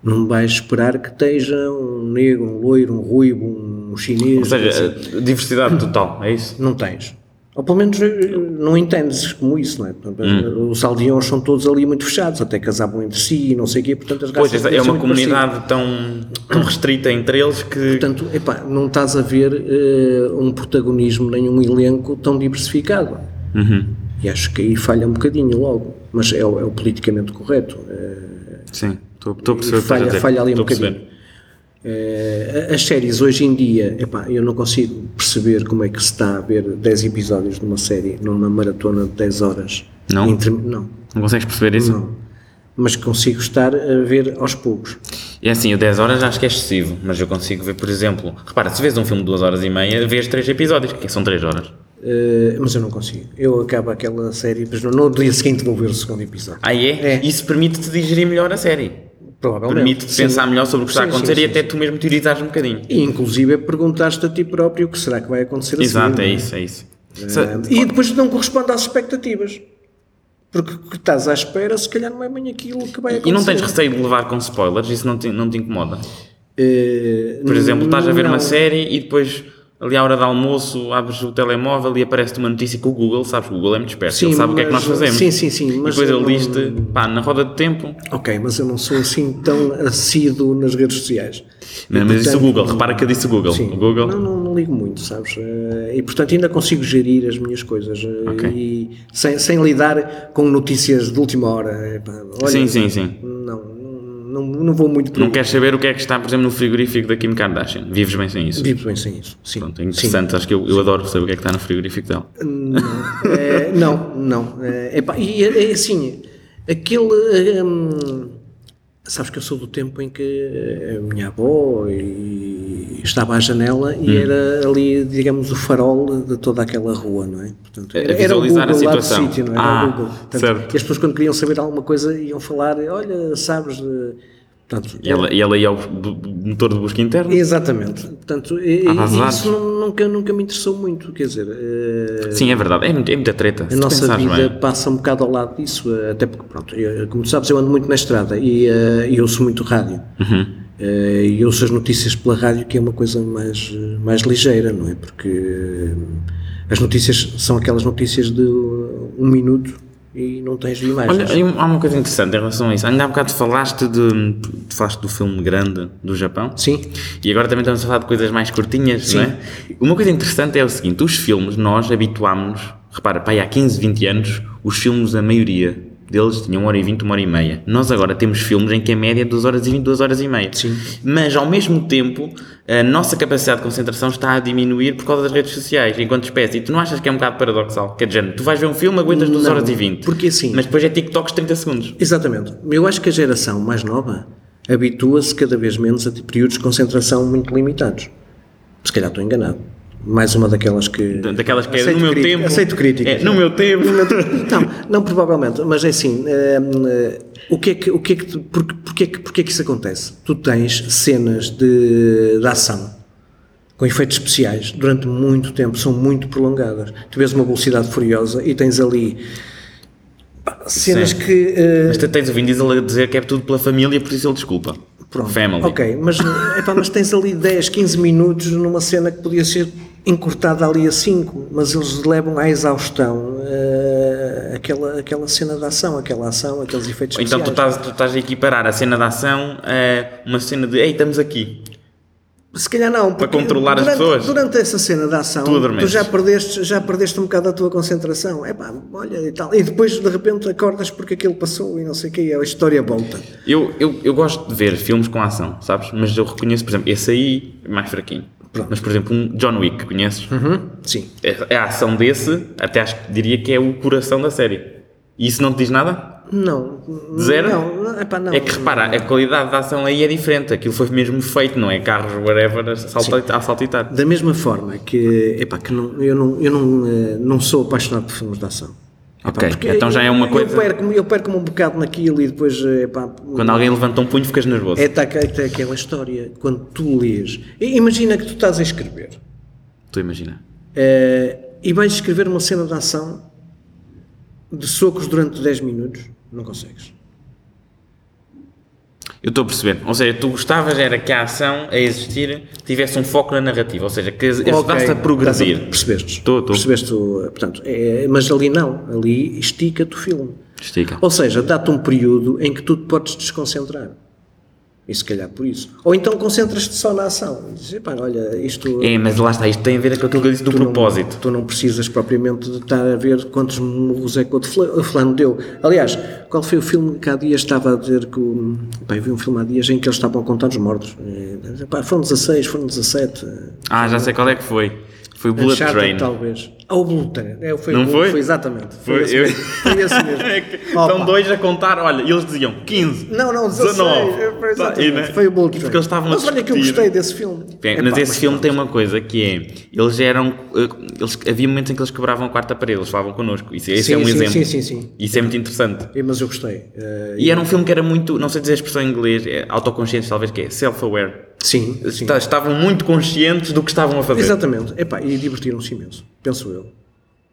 B: não vais esperar que esteja um negro, um loiro, um ruivo, um chinês.
A: Ou seja, a diversidade total, é isso?
B: Não tens. Ou pelo menos eh, não entendes como isso, não é? Portanto,
A: Hum.
B: Os aldeões são todos ali muito fechados, até casavam entre si e não sei o quê, portanto as
A: Pois,
B: raças
A: é
B: são
A: uma
B: muito parecidas.
A: comunidade tão, tão restrita entre eles que.
B: Portanto, epá, não estás a ver eh, um protagonismo nem um elenco tão diversificado.
A: Uhum.
B: E acho que aí falha um bocadinho logo, mas é, o é o politicamente correto. eh,
A: Sim, estou estou a perceber. o que estás a
B: falha,
A: dizer.
B: falha ali um
A: Estou a perceber.
B: bocadinho. Eh, a- as séries hoje em dia, epá, eu não consigo perceber como é que se está a ver 10 episódios numa série, numa maratona de 10 horas.
A: Não?
B: Entre- não,
A: Não consegues perceber isso?
B: não. Mas consigo estar a ver aos poucos.
A: É assim, o 10 horas acho que é excessivo, mas eu consigo ver, por exemplo, repara, se vês um filme de 2 horas e meia, vês 3 episódios, que são 3 horas.
B: Eh, mas eu não consigo. Eu acabo aquela série, mas no, no dia seguinte vou ver o segundo episódio.
A: Ah, é?
B: É.
A: Isso permite-te digerir melhor a série.
B: Provavelmente.
A: Permite-te
B: Sim.
A: pensar melhor sobre o que está a
B: Sim,
A: acontecer
B: sim,
A: e
B: sim,
A: até tu mesmo teorizares um bocadinho.
B: E, inclusive perguntaste a ti próprio o que será que vai acontecer
A: Exato,
B: a
A: é
B: seguir.
A: isso, é isso.
B: não
A: Sa-
B: é? E depois não corresponde às expectativas. Porque o que estás à espera, se calhar não é bem aquilo que vai acontecer.
A: E não tens receio de levar com spoilers? Isso não te, não te incomoda?
B: Eh,
A: Por exemplo, estás a ver
B: não.
A: uma série e depois, ali à hora de almoço, abres o telemóvel e aparece-te uma notícia com o Google. Sabes que o Google é muito esperto,
B: Sim,
A: ele sabe o que é que
B: mas-
A: nós fazemos.
B: sim, sim, sim,
A: E
B: mas
A: depois
B: eu
A: ele
B: não-
A: diz-te, pá, na roda de tempo,
B: Ok, mas eu não sou assim tão assíduo nas redes sociais.
A: Não,
B: E,
A: mas isso o
B: portanto,
A: Google, repara que eu disse o Google.
B: Sim.
A: O Google.
B: Não, não, não ligo muito, sabes? Eh, E portanto ainda consigo gerir as minhas coisas. eh,
A: Ok.
B: E sem, sem lidar com notícias de última hora. Epá, olha,
A: sim, sim, sim.
B: Não, não, não, não vou muito por
A: Não
B: aí.
A: queres saber o que é que está, por exemplo, no frigorífico da Kim Kardashian. Vives bem sem isso.
B: Vivo bem sem isso. Sim.
A: Pronto, é interessante, acho que eu, eu adoro saber o que é que está no frigorífico dela.
B: Não, eh, não. não eh, epá, e é, é assim, aquele. eh, hum, sabes que eu sou do tempo em que eh, a minha avó e- estava à janela e
A: Hum.
B: era ali, digamos, o farol de toda aquela rua, não é? Portanto,
A: É,
B: era,
A: é
B: era o
A: visualizar
B: Google
A: a
B: lá do
A: situação.
B: sítio, não é? era
A: Ah,
B: o Google. Portanto,
A: certo.
B: e as pessoas quando queriam saber alguma coisa iam falar, olha, sabes. eh, Portanto,
A: E ela, e ela ia ao bu- bu- motor de busca interna?
B: Exatamente. Portanto, e- e-
A: Arrasado.
B: isso nu- nunca, nunca me interessou muito, quer dizer, eh,
A: Sim, é verdade. É, muito- é muita treta.
B: a
A: Se tu
B: nossa
A: pensares
B: vida
A: bem.
B: passa um bocado ao lado disso, eh, até porque, pronto, eu- como tu sabes, eu ando muito na estrada e, eh, e ouço muito rádio.
A: Uhum.
B: Eh, e ouço as notícias pela rádio, que é uma coisa mais, eh, mais ligeira, não é? Porque eh, as notícias são aquelas notícias de uh, um minuto e não tens imagens.
A: Olha, aí há uma coisa interessante em relação a isso. Ainda há bocado falaste, de, falaste do filme grande do Japão.
B: Sim,
A: E agora também estamos a falar de coisas mais curtinhas, não é? Uma coisa interessante é o seguinte: os filmes, nós habituámos-nos, repara, pá, aí há 15, 20 anos, os filmes, a maioria deles tinham 1 hora e 20, 1 hora e meia. Nós agora temos filmes em que a média é 2 horas e 20, 2 horas e meia.
B: Sim.
A: Mas ao mesmo tempo, a nossa capacidade de concentração está a diminuir por causa das redes sociais, enquanto espécie. E tu não achas que é um bocado paradoxal? Que é de género, tu vais ver um filme, aguentas 2
B: Não,
A: horas e 20.
B: porque assim-
A: Mas depois é TikToks de 30 segundos.
B: Exatamente. Eu acho que a geração mais nova habitua-se cada vez menos a períodos de concentração muito limitados. Se calhar estou enganado. Mais uma daquelas que.
A: Daquelas que é
B: Aceito
A: no meu
B: crítica-
A: tempo.
B: Aceito críticas.
A: É, no
B: *laughs*
A: meu tempo.
B: Não, não provavelmente, mas é assim, eh, eh, o que é que, o que, é que tu- porque, porque, é que, porque é que isso acontece? Tu tens cenas de, de ação com efeitos especiais durante muito tempo, são muito prolongadas. Tu vês uma velocidade furiosa e tens ali pá, cenas
A: Sim.
B: que eh,
A: Mas tu tens o Vin Diesel a dizer que é tudo pela família, por isso ele desculpa.
B: Pronto.
A: Family.
B: Ok, mas, epá, mas tens ali 10, 15 minutos numa cena que podia ser encurtada ali a 5, mas eles levam à exaustão eh, aquela, aquela cena de ação, aquela ação, aqueles efeitos
A: Ou Então tu
B: especiais.
A: estás, tu estás a equiparar a cena da ação a uma cena de ei, estamos aqui.
B: Se calhar não, porque
A: tá controlar as
B: durante,
A: pessoas.
B: Durante essa cena de ação,
A: Tu adormeces.
B: já perdeste, já perdeste um bocado a tua concentração. Epá, olha e tal. E depois de repente acordas porque aquilo passou e não sei o que, a história volta.
A: Eu, eu, eu gosto de ver filmes com ação, sabes? Mas eu reconheço, por exemplo, esse aí é mais fraquinho.
B: Pronto.
A: Mas por exemplo, um John Wick, conheces?
B: Sim.
A: É, é a ação desse, até acho que diria que é o coração da série. E isso não te diz nada?
B: Não.
A: Zero?
B: Não, epá, não.
A: é que repara, a qualidade da ação aí é diferente. Aquilo foi mesmo feito, não é? Carros, whatever, a salta- a saltitar.
B: Da mesma forma que, epá, que não, eu, não, eu não, eh, não sou apaixonado por filmes de ação.
A: Ok,
B: Porque
A: então já é uma
B: eu-
A: coisa.
B: Eu perco-me eu perco um bocado naquilo e depois. eh, Pá,
A: Quando alguém levanta um punho, ficas nervoso.
B: É tá, tá aquela história, quando tu lês. I- Imagina que tu estás a escrever
A: Tu imagina.
B: eh, e vais escrever uma cena de ação de socos durante 10 minutos, não consegues.
A: Eu estou a perceber. Ou seja, tu gostavas era que a ação a existir tivesse um foco na narrativa, ou seja, que ajudasse
B: Ok,
A: a progredir.
B: estás a- Percebeste?
A: Tô, tô.
B: Percebeste, o- portanto, é, mas ali não, ali estica-te o filme.
A: Estica.
B: Ou seja, dá-te um período em que tu te podes desconcentrar. E se calhar por isso. Ou então concentras-te só na ação. Dizes, "Epá, olha, isto.
A: É, mas lá está, isto tem a ver com aquilo que eu disse do
B: tu não-
A: propósito.
B: tu não precisas propriamente de estar a ver quantos murros é que o fla- fulano deu. Aliás, qual foi o filme que há dias estava a dizer que. o- Pá, eu vi um filme há dias em que eles estavam a contar os mortos. Eh, pá, foram 16, foram 17.
A: Ah, já sei qual é que foi. Foi o Bullet
B: Uncharted,
A: Train. *laughs*
B: talvez. Ou o Bullet Train. É, foi,
A: Não
B: o-
A: foi?
B: exatamente. Foi,
A: Foi-
B: esse
A: eu-
B: mesmo. Foi esse
A: *laughs*
B: mesmo.
A: É que
B: Opa.
A: Estão dois a contar, olha, eles diziam 15.
B: Não, não, 16.
A: 19.
B: é, foi
A: Tá,
B: exatamente,
A: e, né?
B: Foi o Bullet
A: E
B: Train.
A: porque eles estavam a
B: Mas olha que eu
A: discutir.
B: gostei desse filme.
A: Bem,
B: Epá,
A: mas esse filme tem uma coisa que é, eles eram, eh, eles, havia momentos em que eles quebravam a quarta parede, eles falavam connosco, isso, esse
B: Sim,
A: é um
B: sim,
A: exemplo,
B: sim, sim, sim.
A: isso é muito interessante.
B: É, Mas eu gostei. Eh,
A: E era um filme que era muito, não sei dizer a expressão em inglês, é autoconsciente talvez, que é self-aware,
B: sim, sim.
A: Está- estavam muito conscientes do que estavam a fazer.
B: Exatamente. Epá, e divertiram-se imenso, penso eu.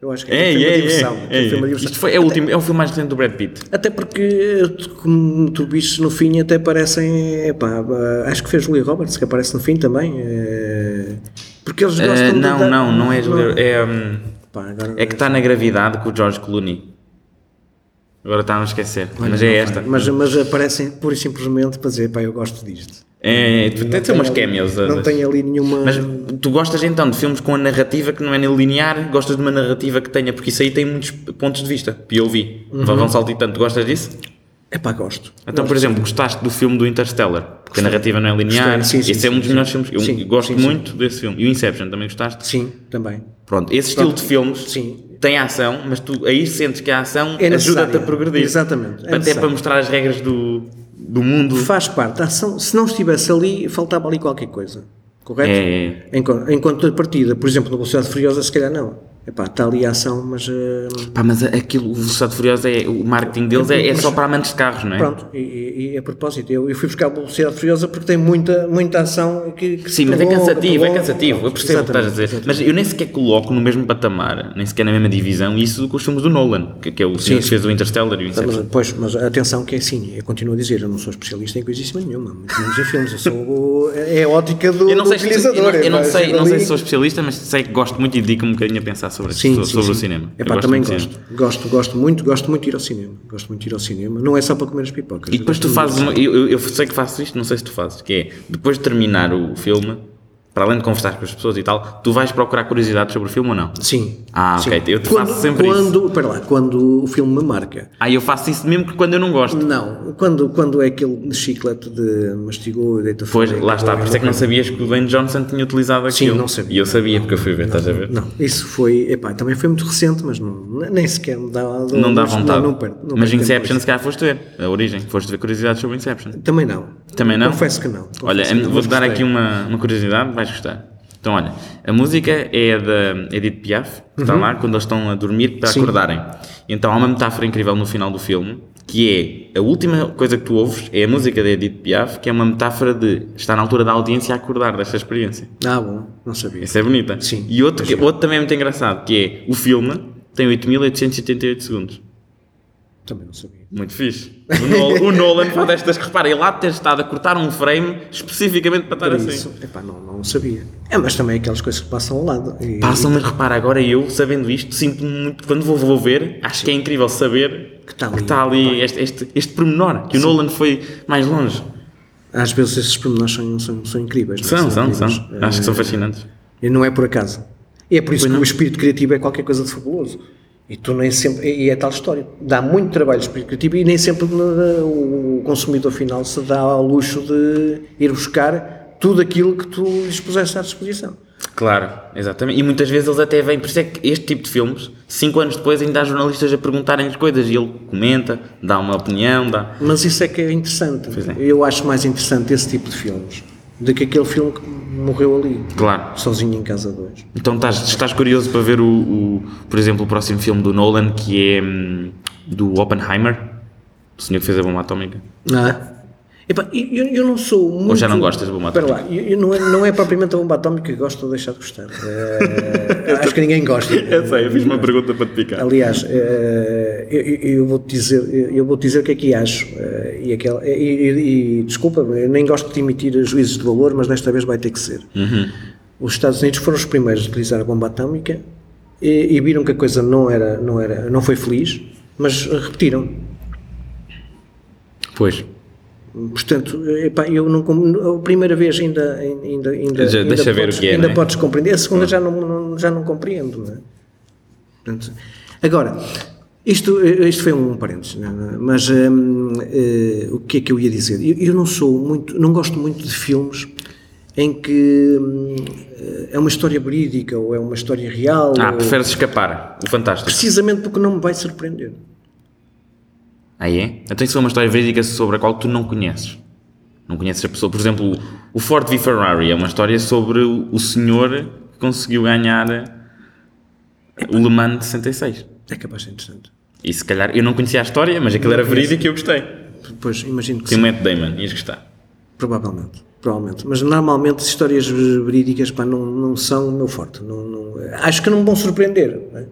B: Eu acho que
A: É,
B: aquilo
A: é,
B: foi uma
A: é,
B: diversão. aquilo
A: é,
B: foi uma
A: é.
B: diversão.
A: Isto foi, é, o último, é o filme mais recente do Brad Pitt.
B: Até porque, eh, tu- como tu viste no fim, até parecem. Epá, ah, acho que foi a Julia Roberts que aparece no fim também. eh, porque eles gostam
A: Eh,
B: de
A: não,
B: dar-
A: não, não é, Julia- é, hum,
B: Pá, agora-
A: é que está na gravidade com o George Clooney. Agora está a me esquecer, mas é esta.
B: Mas, mas aparecem pura e simplesmente para dizer, pá, eu gosto disto.
A: É, tem de ser
B: Não
A: umas
B: tem ali-
A: cameos.
B: Não
A: eh,
B: tem ali nenhuma.
A: Mas tu gostas então de filmes com a narrativa que não é nem linear, gostas de uma narrativa que tenha, porque isso aí tem muitos pontos de vista, POV, vão saltitando, gostas disso?
B: É pá, gosto.
A: Então, por exemplo, gostaste do filme do Interstellar, porque a narrativa não é linear,
B: Gostei, sim,
A: esse
B: sim,
A: é um dos
B: sim,
A: melhores
B: sim.
A: filmes, eu
B: Sim,
A: gosto
B: sim, sim.
A: muito desse filme, e o Inception, também gostaste?
B: Sim, também.
A: Pronto, esse estilo de filmes
B: Sim.
A: tem ação, mas tu aí sentes que a ação
B: É necessária.
A: ajuda-te a progredir.
B: Exatamente, é
A: Até
B: necessário.
A: para mostrar as regras do, do mundo.
B: Faz parte da ação. Se não estivesse ali, faltava ali qualquer coisa. Correto?
A: É,
B: Enquanto, enquanto a partida, por exemplo, na Velocidade Furiosa, se calhar não. Epá, está ali a ação, mas. eh,
A: Pá, mas aquilo, o Velocidade Furiosa, é, o marketing deles é, é só para amantes de carros, não é?
B: Pronto, e, e- e a propósito, eu, eu fui buscar a Velocidade Furiosa porque tem muita, muita ação que, que se
A: Sim, mas é
B: prolonga,
A: cansativo, é
B: prolonga.
A: cansativo, eu percebo o que estás a
B: Exatamente,
A: dizer.
B: exatamente.
A: Mas eu nem sequer coloco no mesmo patamar, nem sequer na mesma divisão, isso com os filmes do Nolan, que, que é o senhor que fez o Interstellar e o Inception.
B: Mas, pois, mas atenção que é assim, eu continuo a dizer, eu não sou especialista em coisíssima nenhuma, muito menos em filmes, eu sou o- é a ótica do,
A: Eu não sei,
B: do
A: se- eu não,
B: utilizador.
A: eu não
B: epá,
A: sei,
B: chego
A: não sei
B: ali-
A: se sou especialista, mas sei que gosto muito e dedico-me um bocadinho a pensar sobre,
B: Sim,
A: so-
B: sim,
A: sobre o
B: sim.
A: cinema. Eu
B: Epá, também
A: muito de
B: gosto.
A: cinema.
B: Gosto, gosto muito, gosto muito de ir ao cinema. Gosto muito de ir ao cinema. Não é só para comer as pipocas.
A: E depois tu fazes, uma, eu, eu- eu sei que faço isto, não sei se tu fazes, que é, depois de terminar o filme, para além de conversar com as pessoas e tal, tu vais procurar curiosidades sobre o filme ou não?
B: Sim.
A: Ah,
B: sim.
A: ok, eu te
B: quando,
A: faço sempre isso.
B: quando, Espera lá, quando o filme me marca.
A: Ah, eu faço isso mesmo que quando eu não gosto.
B: Não, quando, quando é aquele chiclete de mastigou e deita
A: Pois,
B: fora,
A: lá está,
B: acabou,
A: por isso é que não sabias que o Dwayne Johnson tinha utilizado aquilo.
B: não sabia.
A: E eu sabia, porque eu fui ver, estás a ver?
B: Não, isso foi. Epá, também foi muito recente, mas não, nem sequer me dá.
A: Não dá
B: mas-
A: vontade.
B: Não, não perco, não
A: Mas é
B: perco tempo
A: Inception,
B: com
A: se calhar foste ver, a origem. Foste ver curiosidades sobre Inception.
B: isso. Também não.
A: Também não?
B: Confesso que não.
A: Olha,
B: Confesso que não,
A: vou-te
B: mas
A: dar aqui
B: gostei.
A: uma, uma curiosidade, vais gostar. Então, olha, a música é da Edith Piaf, que está lá quando eles estão a dormir para
B: Uhum. Sim.
A: acordarem. Então há uma metáfora incrível no final do filme, que é a última coisa que tu ouves é a música da Edith Piaf, que é uma metáfora de estar na altura da audiência a acordar desta experiência.
B: Ah, bom, não sabia.
A: Isso é bonita.
B: Sim.
A: E outro, que- outro também é muito engraçado, que é o filme tem 8.888 segundos.
B: Também não sabia.
A: Muito fixe. O Nolan, o Nolan faz estas, repara, ele lá ter estado a cortar um frame especificamente para estar
B: Era
A: assim.
B: isso. Epá, não, não sabia. É, mas também aquelas coisas que passam ao lado. E-
A: Passam, mas repara, agora eu, sabendo isto, sinto-me muito. Quando vou, vou ver, acho que é incrível saber
B: Que está ali.
A: este, este, este pormenor, que o Nolan foi mais longe.
B: Às vezes esses pormenores são, são, são incríveis. não é?
A: São, são, são.
B: incríveis. Eh,
A: Acho que são fascinantes.
B: E não é por acaso. E é por isso que o espírito criativo é qualquer coisa de fabuloso. E tu nem sempre. E é tal história. Dá muito trabalho o espírito criativo e nem sempre eh, o consumidor final se dá ao luxo de ir buscar tudo aquilo que tu lhes puseste à disposição.
A: Claro, exatamente. E muitas vezes eles até vêm, por isso é que este tipo de filmes, cinco anos depois, ainda há jornalistas a perguntarem as coisas e ele comenta, dá uma opinião, dá.
B: Mas isso é que é interessante.
A: é.
B: Eu acho mais interessante esse tipo de filmes. do que aquele filme que morreu ali,
A: Claro.
B: sozinho em casa dois.
A: Então estás, estás curioso para ver, o, o- por exemplo, o próximo filme do Nolan, que é hum, do Oppenheimer, o senhor que fez a bomba atómica.
B: Não é? Epá, eu, eu não sou muito...
A: já não gostas de bomba
B: Espera lá, eu, eu não, é, não é propriamente a bomba atómica que gosto ou deixar de gostar.
A: *laughs*
B: Eh, acho que ninguém gosta.
A: Eu sei, eu fiz uma pergunta para te picar.
B: Aliás, eh, eu, eu- eu vou-te dizer, eu- eu vou dizer o que é que acho. eh, E, aquela, e, e- e, desculpa, eu nem gosto de emitir juízes de valor, mas desta vez vai ter que ser.
A: Uhum.
B: Os Estados Unidos foram os primeiros a utilizar a bomba atómica e, e viram que a coisa não, era, não, era, não foi feliz, mas repetiram.
A: Pois.
B: Portanto, epá, eu não com- a primeira vez ainda ainda ainda,
A: Já
B: ainda
A: deixa ver
B: podes,
A: o que é,
B: ainda
A: não é?
B: podes compreender, a segunda já não, não- já não compreendo, não é? Portanto, agora isto, isto foi um parênteses, não é? mas hum, eh, o que é que eu ia dizer? Eu, eu não sou muito, não gosto muito de filmes em que hum, é uma história verídica ou é uma história real,
A: Ah,
B: ou-
A: preferes escapar. O Fantástico.
B: precisamente porque não me vai surpreender.
A: Aí é? Então isso é uma história verídica sobre a qual tu não conheces. Não conheces a pessoa. Por exemplo, o Ford v Ferrari é uma história sobre o o senhor que conseguiu ganhar o Le Mans de 66.
B: É capaz de ser interessante.
A: E se calhar, eu não conhecia a história, mas aquilo era verídico e eu gostei.
B: Pois imagino que
A: Tem o Matt Damon, ias gostar.
B: Provavelmente, provavelmente. Mas normalmente histórias verídicas pá, não, não são o meu forte. Não, não- acho que não me vão surpreender. não é?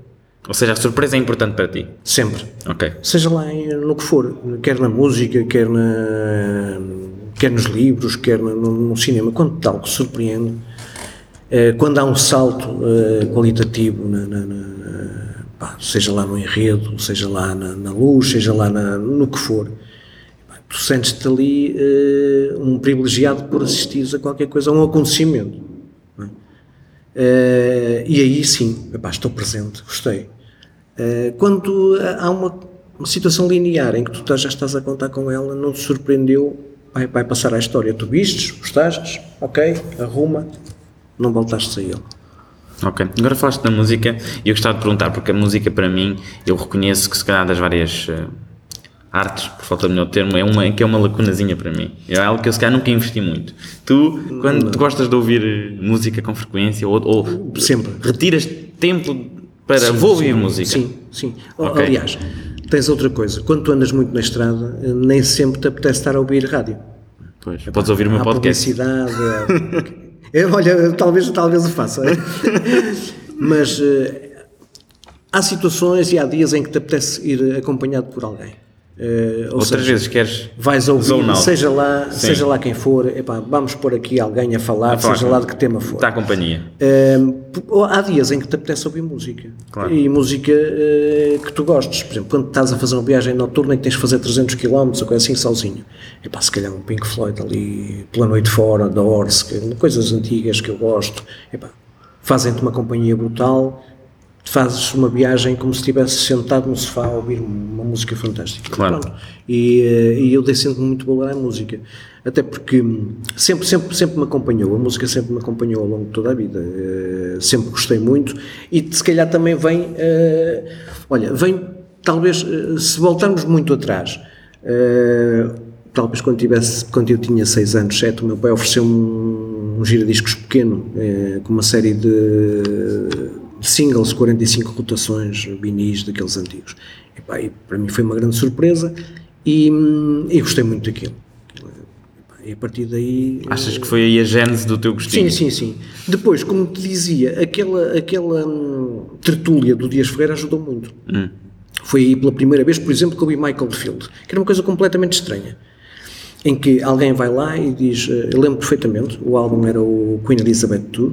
A: Ou seja, a surpresa é importante para ti.
B: Sempre.
A: Ok.
B: Seja lá em- no que for, quer na música, quer, na, quer nos livros, quer no, no- no cinema, quando tal que surpreende, eh, quando há um salto eh, qualitativo, na- na- na- pá, seja lá no enredo, seja lá na, na luz, seja lá na- no que for, pá, tu sentes-te ali eh, um privilegiado por assistires a qualquer coisa, a um acontecimento. não é? Eh, e aí sim, epá, estou presente, gostei. Eh, quando há uma, uma situação linear em que tu estás- já estás a contar com ela, não te surpreendeu, vai, vai passar à história. Tu vistes, gostaste, ok, arruma, não voltaste a ele.
A: Ok, agora falaste da música e eu gostava de perguntar, porque a música para mim, eu reconheço que se calhar das várias eh, artes, por falta de melhor termo, é uma que é uma lacunazinha para mim. É algo que eu se calhar nunca investi muito. Tu, quando tu gostas de ouvir eh, música com frequência, ou, ou
B: Sempre.
A: retiras tempo para vou ouvir música.
B: Sim, sim. O-
A: Ok.
B: Aliás, tens outra coisa, quando tu andas muito na estrada, eh, nem sempre te apetece estar a ouvir rádio.
A: Pois, podes ouvir o meu
B: Há
A: podcast.
B: publicidade. há- *laughs* Eu, olha, talvez, talvez o faça. *laughs* Mas eh, há situações e há dias em que te apetece ir acompanhado por alguém. Eh, ou
A: Outras
B: seja,
A: vezes queres.
B: vais ouvir,
A: Zone out.
B: seja lá,
A: Sim.
B: seja lá quem for, epá, vamos pôr aqui alguém a falar,
A: A falar
B: seja
A: com- Tá,
B: lá de que tema for.
A: Está a companhia.
B: Hum, ou há dias em que te apetece ouvir música
A: Claro.
B: e música eh, que tu gostes, por exemplo, quando estás a fazer uma viagem noturna em que tens de fazer 300 km ou coisa assim sozinho, é pá, se calhar um Pink Floyd ali pela noite fora, da Orsk, coisas antigas que eu gosto, é pá, fazem-te uma companhia brutal, fazes uma viagem como se estivesse sentado no sofá a ouvir uma música fantástica.
A: Claro.
B: Pronto. E, eh, e eu dei sempre muito valor à música. Até porque hum, sempre, sempre, sempre me acompanhou, a música sempre me acompanhou ao longo de toda a vida. Eh, Sempre gostei muito e se calhar também vem, eh, olha, vem talvez, eh, se voltarmos muito atrás, eh, talvez quando, tivesse, quando eu tinha 6 anos, 7, o meu pai ofereceu-me um, um giradiscos pequeno, eh, com uma série de singles, 45 rotações, vinis daqueles antigos. E, pá, e para mim foi uma grande surpresa e, hum, e gostei muito daquilo. Epá, E a partir daí.
A: Achas que foi aí a gênese do teu gostinho?
B: Sim, sim, sim. Depois, como te dizia, aquela, aquela hum, tertúlia do Dias Ferreira ajudou muito. Foi aí pela primeira vez, por exemplo, que eu vi Michael Field, que era uma coisa completamente estranha. Em que alguém vai lá e diz, eh, eu lembro perfeitamente, o álbum era o Queen Elizabeth II,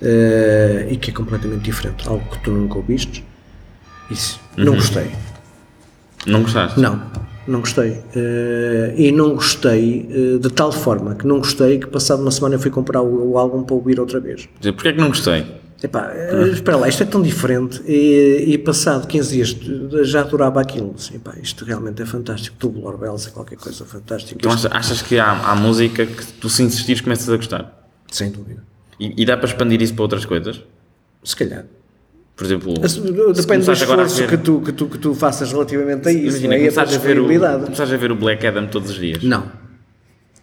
B: eh, e que é completamente diferente, algo que tu nunca ouviste. Isso, não gostei.
A: Não gostaste?
B: Não, não gostei. Eh, e não gostei eh, de tal forma que não gostei que passado uma semana eu fui comprar o, o álbum para ouvir outra vez.
A: Porquê é que não gostei? Ah.
B: Epá, eh, espera lá, isto é tão diferente. E, e passado 15 dias eh, já durava aquilo. Assim, epá, isto realmente é fantástico. Tubular Bells é qualquer coisa fantástica.
A: Então
B: Isto-
A: achas, achas que há, há música que tu se insistires começas a gostar?
B: Sem dúvida.
A: E, e dá para expandir isso para outras coisas?
B: Se calhar. eh,
A: Por exemplo, se
B: Depende do
A: começares agora a
B: esforço que
A: ver-
B: tu, que, tu, que tu faças relativamente a isso.
A: Imagina,
B: não é? E a
A: começares, a ver o,
B: variabilidade.
A: começares a ver o Black Adam todos os dias.
B: Não,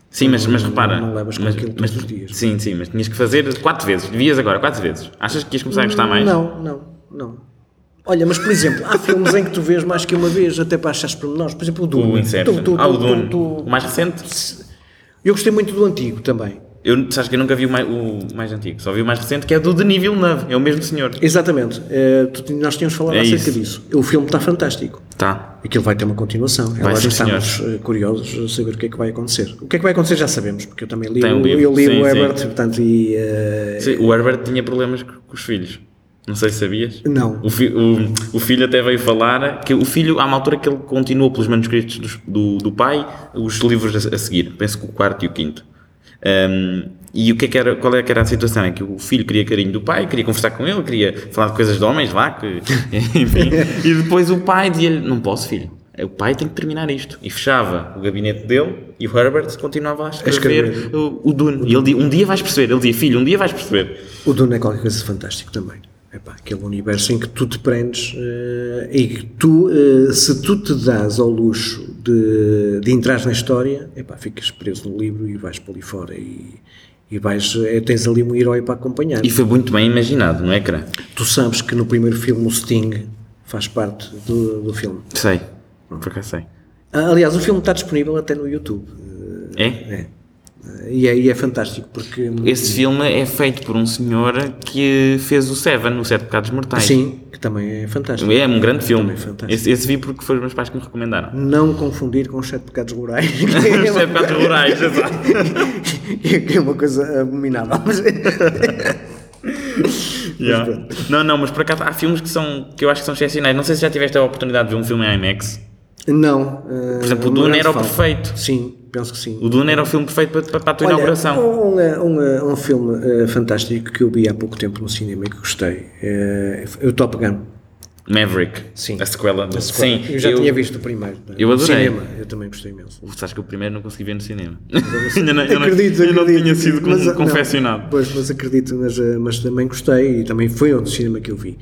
A: Sim, mas, mas repara.
B: Não levas com
A: mas,
B: aquilo
A: mas-
B: todos os dias.
A: Sim, sim, mas tinhas que fazer quatro vezes. Devias agora, quatro vezes. Achas que ias começar a gostar mais?
B: Não, não, não. Olha, mas por exemplo, há filmes em que tu vês mais que uma vez, até para achares pormenores. Por exemplo, o Dune.
A: O Inception.
B: Tu- tu-
A: ah, o
B: tu-
A: Dune.
B: tu-
A: O mais recente?
B: Eu gostei muito do antigo também.
A: Eu, sabes que eu nunca vi o mais, o mais antigo. Só vi o mais recente, que é do Denis Villeneuve. É o mesmo senhor.
B: Exatamente. Eh, tu- nós tínhamos falado
A: É
B: acerca
A: isso.
B: disso. O filme está fantástico.
A: Tá.
B: Aquilo vai ter uma continuação.
A: Vai
B: Agora
A: ser,
B: estamos eh, curiosos a saber o que é que vai acontecer. O que é que vai acontecer já sabemos, porque eu também li,
A: Tem um
B: o-
A: livro.
B: Eu li
A: Sim,
B: o
A: sim.
B: Herbert, portanto, e. eh,
A: Sim, o Herbert tinha problemas co- com os filhos. Não sei se sabias.
B: Não.
A: O, fi- o- o filho até veio falar que o filho, há uma altura que ele continuou pelos manuscritos dos- do, do pai os livros a, a seguir, penso que o quarto e o quinto. Ahm, e o que é que era, qual é que era a situação? É que o filho queria carinho do pai, queria conversar com ele, queria falar de coisas de homens lá, que, *laughs* enfim. e depois o pai dizia-lhe: Não posso, filho. O pai tem que terminar isto. E fechava o gabinete dele e o Herbert continuava a escrever,
B: escrever.
A: o, o Dune. E ele dizia: Um dia vais perceber. Ele dizia: Filho, um dia vais perceber.
B: O Dune é qualquer coisa de fantástico também. Epá, aquele universo em que tu te prendes eh, e que tu, eh, se tu te dás ao luxo de, de entrar na história, epá, ficas preso no livro e vais para ali fora e, e vais, eh, tens ali um herói para acompanhar.
A: E foi muito bem imaginado no ecrã.
B: Tu sabes que no primeiro filme o Sting faz parte do, do filme.
A: Sei. Por acaso sei.
B: Ah, Aliás, o filme está disponível até no YouTube.
A: É?
B: É. E é, e é fantástico porque.
A: Esse filme é feito por um senhor que fez o Seven, o Sete Pecados Mortais.
B: Sim, que também é fantástico.
A: É um grande filme.
B: Também fantástico.
A: Esse, esse vi porque foram os meus pais que me
B: *laughs*
A: recomendaram.
B: Não confundir com os sete pecados rurais. *laughs* é
A: Os Sete Pecados Rurais, exato.
B: que é uma coisa abominável. *laughs* mas-
A: *laughs* Yeah. Não, não, mas por acaso há filmes que, são, que eu acho que são excepcionais. Não sei se já tiveste a oportunidade de ver um filme em IMAX.
B: Não. Por
A: exemplo, o Dune era o perfeito.
B: Sim, penso que sim.
A: O Dune era o filme perfeito para, para, para a tua inauguração.
B: Um, eh, um, eh, um filme eh, fantástico que eu vi há pouco tempo no cinema e que gostei. eh, é o Top Gun.
A: Maverick.
B: Sim.
A: A sequela do.
B: A sequela.
A: Sim.
B: eu já tinha visto o primeiro. né?
A: eu
B: No
A: adorei.
B: cinema, eu também gostei imenso.
A: Sabes que o primeiro não consegui ver no cinema. *laughs* ainda não, ainda não-
B: acredito,
A: ainda não
B: acredito.
A: tinha sido con-
B: Mas, não,
A: confeccionado.
B: pois, mas acredito, mas, eh, mas também gostei e também foi outro cinema que eu vi.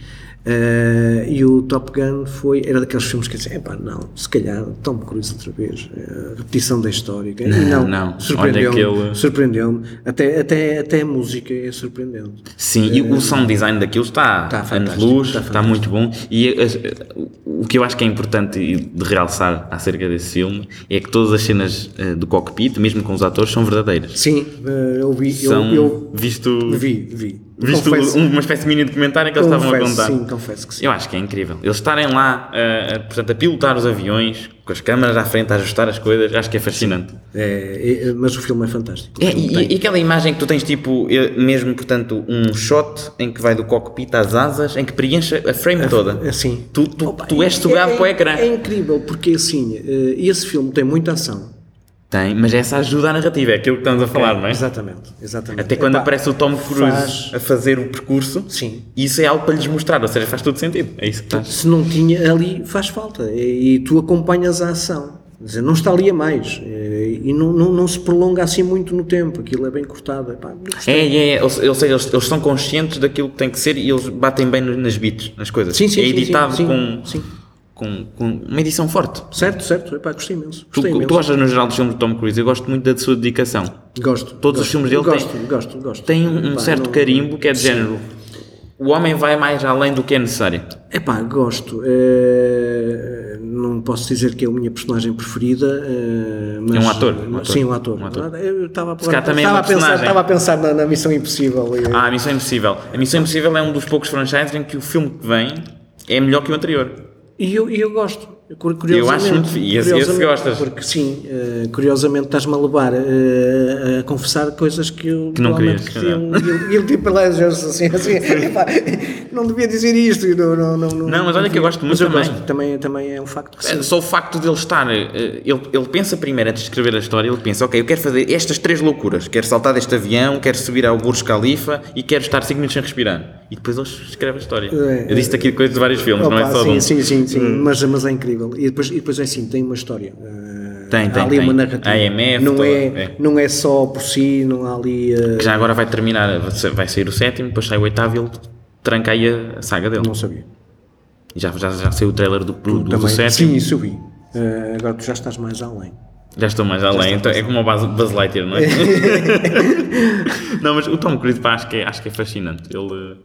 B: Eh, e o Top Gun foi, era daqueles filmes que eu disse, epá, não, se calhar Tom Cruise outra vez, eh, repetição da história. E
A: Não,
B: não,
A: não.
B: surpreendeu-me,
A: Olha aquele-
B: surpreendeu-me, até, até, até a música é surpreendente.
A: Sim, e o sound design daquilo está,
B: Está
A: anos
B: Tá fantástico,
A: luz,
B: está
A: está, muito bom. E eh, o que eu acho que é importante e de realçar acerca desse filme é que todas as cenas eh, do cockpit, mesmo com os atores, são verdadeiras.
B: Sim, eh, eu vi, eu-
A: São
B: eu,
A: visto,
B: vi, vi.
A: visto um-
B: confesso,
A: uma espécie de mini documentário que eles estavam a
B: confesso,
A: contar.
B: Sim, confesso que sim.
A: Eu acho que é incrível. Eles estarem lá eh, a- portanto, a pilotar os aviões, com as câmaras à frente, a ajustar as coisas, acho que é fascinante.
B: É, é, mas o filme é fantástico.
A: É, e, e- e aquela imagem que tu tens, tipo, eh, mesmo, portanto, um shot em que vai do cockpit às asas, em que preenche a frame toda.
B: Assim.
A: Tu, tu,
B: Opa,
A: tu és
B: é-
A: sugado
B: é,
A: para o ecrã.
B: É incrível, porque assim, eh, esse filme tem muita ação.
A: Tem, mas essa ajuda à narrativa, é aquilo que estamos a falar, não é?
B: Exatamente, exatamente.
A: Até quando
B: Epá,
A: aparece o Tom Cruise
B: faz-
A: a fazer o percurso,
B: Sim.
A: isso é algo para lhes mostrar, ou seja, faz todo sentido. É isso que estás.
B: Se não tinha ali, faz falta. E, e tu acompanhas a ação. Quer dizer, não está ali a mais. eh, E não, não, não se prolonga assim muito no tempo. Aquilo é bem cortado. Epá,
A: É, é, é, ou se- ou seja, eles, eles são conscientes daquilo que tem que ser e eles batem bem no- nas beats, nas coisas.
B: Sim, sim,
A: é
B: sim, sim,
A: editado
B: sim,
A: com,
B: sim.
A: Com, com uma edição forte.
B: Certo, certo. Epá, gostei imenso.
A: Tu,
B: Gostei
A: tu
B: imenso.
A: gostas no geral dos filmes de Tom Cruise, eu gosto muito da sua dedicação.
B: Gosto.
A: todos os
B: gosto.
A: filmes dele
B: gosto,
A: têm-
B: gosto, gosto.
A: tem um, um
B: Epá,
A: certo
B: não-
A: carimbo que é de género. O homem vai mais além do que é necessário.
B: Epá, gosto. Eh, não posso dizer que é a minha personagem preferida, eh, mas...
A: É um ator, um ator.
B: Sim, um ator.
A: Um ator.
B: Eu estava a,
A: calhar também é
B: estava
A: uma
B: a pensar,
A: personagem.
B: estava a pensar na, na Missão Impossível. e-
A: Ah, a Missão Impossível. A Missão Impossível é um dos poucos franchises em que o filme que vem é melhor que o anterior.
B: E eu, e eu gosto. Cur- Curiosamente,
A: muito fi- e esse- esse
B: curiosamente,
A: gostas.
B: Porque sim, eh, curiosamente estás-me a levar eh, a confessar coisas que eu
A: não
B: provavelmente
A: querias, se
B: um- E ele- ele tipo lá assim,
A: *laughs*
B: assim epá, não devia dizer isto. e Não, não, não,
A: Não, mas olha que eu gosto muito
B: Mas eu
A: também.
B: gosto, também. Também é um facto que sim.
A: É, Só o facto dele estar. eh, Ele, ele pensa primeiro antes de escrever a história, ele pensa: ok, eu quero fazer estas três loucuras. Quero saltar deste avião, quero subir ao Burj Khalifa e quero estar 5 minutos sem respirar. E depois ele escreve a história.
B: É,
A: eu disse aqui coisas de vários filmes, não é
B: Opa,
A: só de
B: sim,
A: um.
B: sim, sim, sim, mas, mas é incrível. E depois, e depois é assim, tem uma história. eh,
A: Tem,
B: há
A: tem,
B: ali
A: tem.
B: uma narrativa.
A: A IMF
B: não,
A: toda,
B: é,
A: é.
B: não é só por si, não há ali. eh,
A: Que já agora vai terminar, vai sa- vai sair o sétimo, depois sai o oitavo e ele tranca aí a- a saga dele.
B: não sabia.
A: E Já, já, já saiu o trailer do, do, do
B: Também,
A: sétimo.
B: sim, isso eu vi. Eh, agora tu já estás mais além.
A: Já estou mais além, então é como o Buzz Buzz Lightyear, não é? não, mas o Tom Cruise, pá, acho que é, acho que é fascinante. Ele...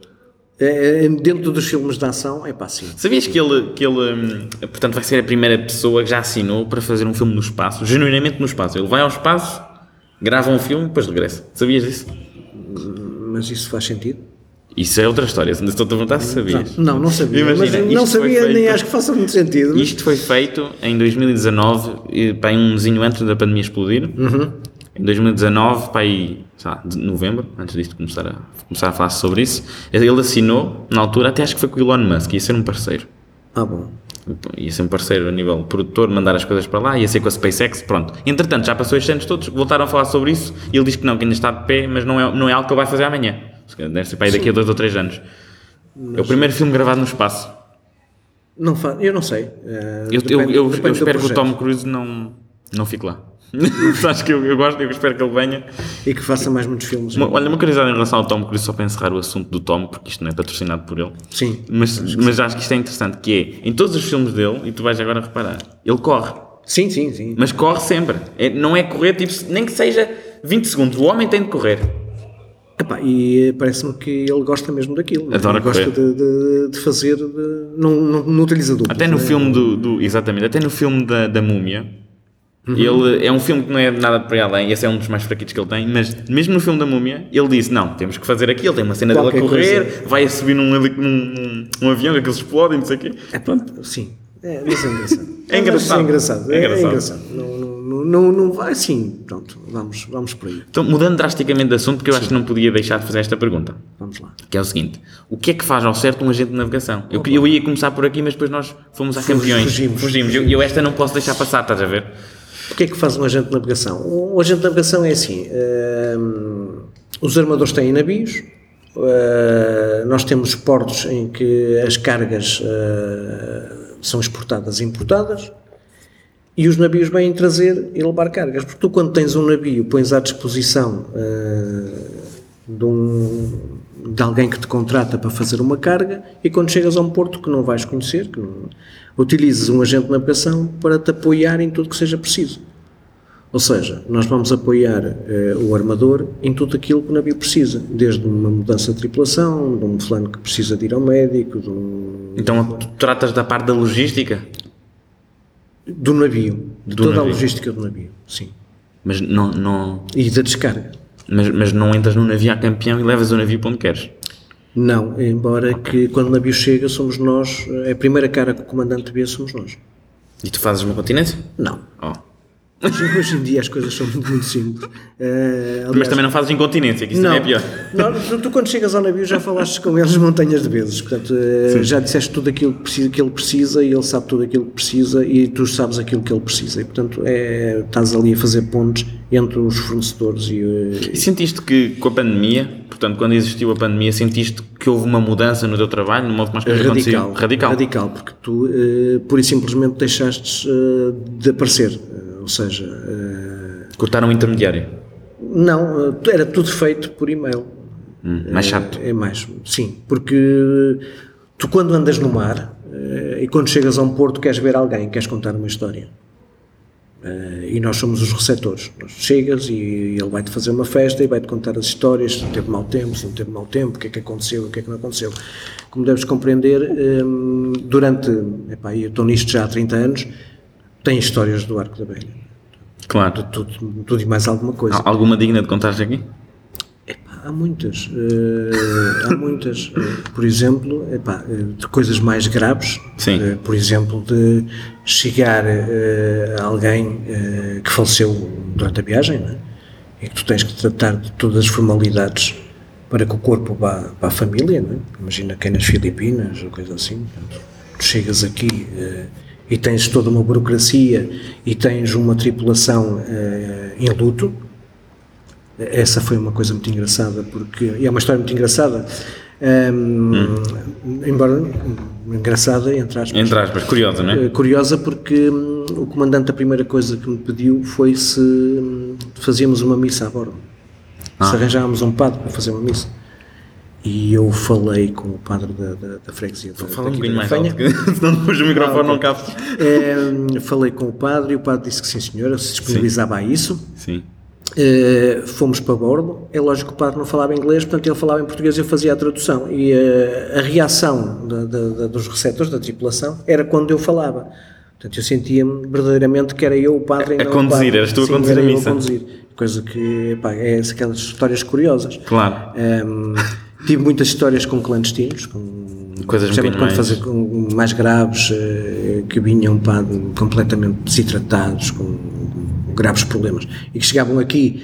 B: É, é, dentro dos filmes de ação, é pá, sim.
A: Sabias que ele, que ele, hum, portanto, vai ser a primeira pessoa que já assinou para fazer um filme no espaço, genuinamente no espaço. Ele vai ao espaço, grava um filme e depois regressa. Sabias disso?
B: Mas isso faz sentido?
A: Isso é outra história, se não estou a perguntar se sabias.
B: Não, não sabia.
A: Imagina,
B: mas
A: isto
B: não
A: foi
B: sabia, nem
A: feito-
B: acho que faça muito sentido. mas-
A: Isto foi feito em 2019, eh, pá, aí um mesinho antes da pandemia explodir. Em 2019, pá, aí, sei lá, de novembro, antes disto começar a, começar a falar sobre isso, ele assinou, na altura, até acho que foi com o Elon Musk, ia ser um parceiro.
B: Ah, bom.
A: Ia ser um parceiro a nível produtor, mandar as coisas para lá, ia ser com a SpaceX, pronto. Entretanto, já passou estes anos todos, voltaram a falar sobre isso e ele diz que não, que ainda está de pé, mas não é, não é algo que ele vai fazer amanhã. Se calhar Deve ser para aí daqui a dois ou três anos. É o primeiro filme gravado no espaço.
B: Não fa... Eu não sei. eh,
A: Eu, eu-
B: depende-
A: eu- eu
B: depende do
A: espero que o
B: projeto.
A: Tom Cruise não, não fique lá. *laughs* Sabes que eu, eu gosto, eu espero que ele venha.
B: E que faça mais muitos filmes.
A: Uma- olha, uma curiosidade em relação ao Tom Cruise, só para encerrar o assunto do Tom, porque isto não é patrocinado por ele.
B: Sim.
A: Mas, mas acho que isto é interessante, que é, em todos os filmes dele, e tu vais agora reparar, ele corre.
B: Sim, sim, sim.
A: Mas corre sempre. É- não é correr, tipo, se- nem que seja 20 segundos. O homem tem de correr.
B: Epá, e eh, parece-me que ele gosta mesmo daquilo. é?
A: Adora
B: ele gosta de, de- de fazer. De... Não, não, não é? utiliza duplo.
A: Até no filme do, do- Exatamente, até no filme da, da Múmia.
B: Uhum.
A: Ele é um filme que não é nada para ir além, esse é um dos mais fraquitos que ele tem, mas mesmo no filme da Múmia, ele disse: Não, temos que fazer aquilo. Tem uma cena dele a
B: Qualquer
A: correr, vai a subir num, heli- num- num- um avião, que aqueles explodem, não sei o quê.
B: Sim. É, mas é engraçado.
A: É engraçado.
B: É engraçado.
A: É
B: É, é
A: engraçado.
B: engraçado. Não, não, não, não vai assim. Pronto, vamos, vamos por aí.
A: Então, mudando drasticamente de assunto, porque eu acho que não podia deixar de fazer esta pergunta.
B: Vamos lá.
A: Que é o seguinte: o que é que faz ao certo um agente de navegação? Eu, eu ia começar por aqui, mas depois nós fomos a campeões.
B: fugimos.
A: E eu, eu esta não posso deixar passar, estás a ver?
B: O que é que faz um agente de navegação? Um agente de navegação é assim: hum, os armadores têm navios, hum, nós temos portos em que as cargas hum, são exportadas e importadas. E os navios vêm trazer e levar cargas. Porque tu, quando tens um navio, pões à disposição hum, de, um- de alguém que te contrata para fazer uma carga, e quando chegas a um porto que não vais conhecer, que não, utilizes um agente de navegação para te apoiar em tudo que seja preciso. Ou seja, nós vamos apoiar eh, o armador em tudo aquilo que o navio precisa, desde uma mudança de tripulação, de um fulano que precisa de ir ao médico, de um
A: Então tu tratas da parte da logística,
B: do navio, de
A: Do
B: toda
A: navio.
B: a logística do navio, sim.
A: mas não, não,
B: E da descarga.
A: mas, mas não entras no navio a campeão e levas o navio para onde queres.
B: Não, embora que quando o navio chega somos nós, eh, a primeira cara que o comandante vê somos nós.
A: E tu fazes uma continência?
B: Não.
A: Oh.
B: Hoje, hoje em dia as coisas são muito, muito simples. Eh,
A: Mas
B: aliás,
A: também não fazes incontinência, que isso
B: Não,
A: também é pior.
B: Não, tu, tu quando chegas ao navio já falaste com eles montanhas de vezes, portanto eh, já disseste tudo aquilo que, precisa, que ele precisa e ele sabe tudo aquilo que precisa e tu sabes aquilo que ele precisa e portanto é, estás ali a fazer pontes entre os fornecedores e... eh,
A: E sentiste que com a pandemia, portanto, quando existiu a pandemia, sentiste que houve uma mudança no teu trabalho, no modo como as coisas
B: Radical,
A: aconteciam? Radical.
B: porque tu eh, pura e simplesmente deixaste eh, de aparecer, Eh, ou seja, eh,
A: Cortaram o intermediário.
B: não, eh, era tudo feito por e-mail.
A: Hum, mais chato.
B: É mais, sim, porque eh, tu quando andas no mar eh, e quando chegas a um porto queres ver alguém, queres contar uma história. Eh, E nós somos os receptores. Nós Chegas e ele vai-te fazer uma festa e vai-te contar as histórias, se teve mau tempo, se não teve mau tempo, o que é que aconteceu, o que é que não aconteceu. Como deves compreender, eh, durante, epá, eu estou nisto já há 30 anos, tem histórias do Arco da Velha.
A: Claro.
B: Tudo, tudo e mais alguma coisa.
A: Há alguma digna de contar aqui?
B: Há muitas, eh, há muitas. Eh, por exemplo, epá, eh, de coisas mais graves,
A: Sim.
B: Eh, por exemplo, de chegar eh, a alguém eh, que faleceu durante a viagem, não é? e que tu tens que tratar de todas as formalidades para que o corpo vá para a família, não é? imagina quem nas Filipinas ou coisa assim. portanto, tu chegas aqui eh, e tens toda uma burocracia e tens uma tripulação eh, em luto. Essa foi uma coisa muito engraçada, porque e é uma história muito engraçada. hum, Embora hum, engraçada, entre aspas,
A: Entre aspas, curiosa, não é?
B: eh, curiosa, porque hum, o comandante, a primeira coisa que me pediu foi se
A: Ah.
B: hum, fazíamos uma missa a bordo, se arranjávamos um padre para fazer uma missa. E eu falei com o padre da, da, da freguesia da,
A: Fala um
B: daqui da
A: bocadinho mais
B: Gafanha.
A: alto, que *laughs* senão depois o microfone não cabe.
B: Eh, falei com o padre e o padre disse que sim, senhora, se disponibilizava a isso.
A: Sim.
B: Eh, fomos para bordo. É lógico que o padre não falava inglês, portanto, ele falava em português e eu fazia a tradução. E eh, a reação da- da- da- dos receptores, da tripulação, era quando eu falava. Portanto, eu sentia-me verdadeiramente que era eu o padre e
A: A
B: não o
A: conduzir,
B: padre.
A: eras tu a
B: Sim,
A: conduzir
B: era
A: a
B: eu
A: missa.
B: conduzir. Coisa que, pá, é aquelas histórias curiosas.
A: Claro.
B: Ehm, tive muitas histórias com clandestinos, com
A: Coisas um
B: Principalmente
A: bocadinho
B: quando
A: mais.
B: fazer com mais graves, eh, que vinham pá, de- completamente desidratados, com graves problemas, e que chegavam aqui,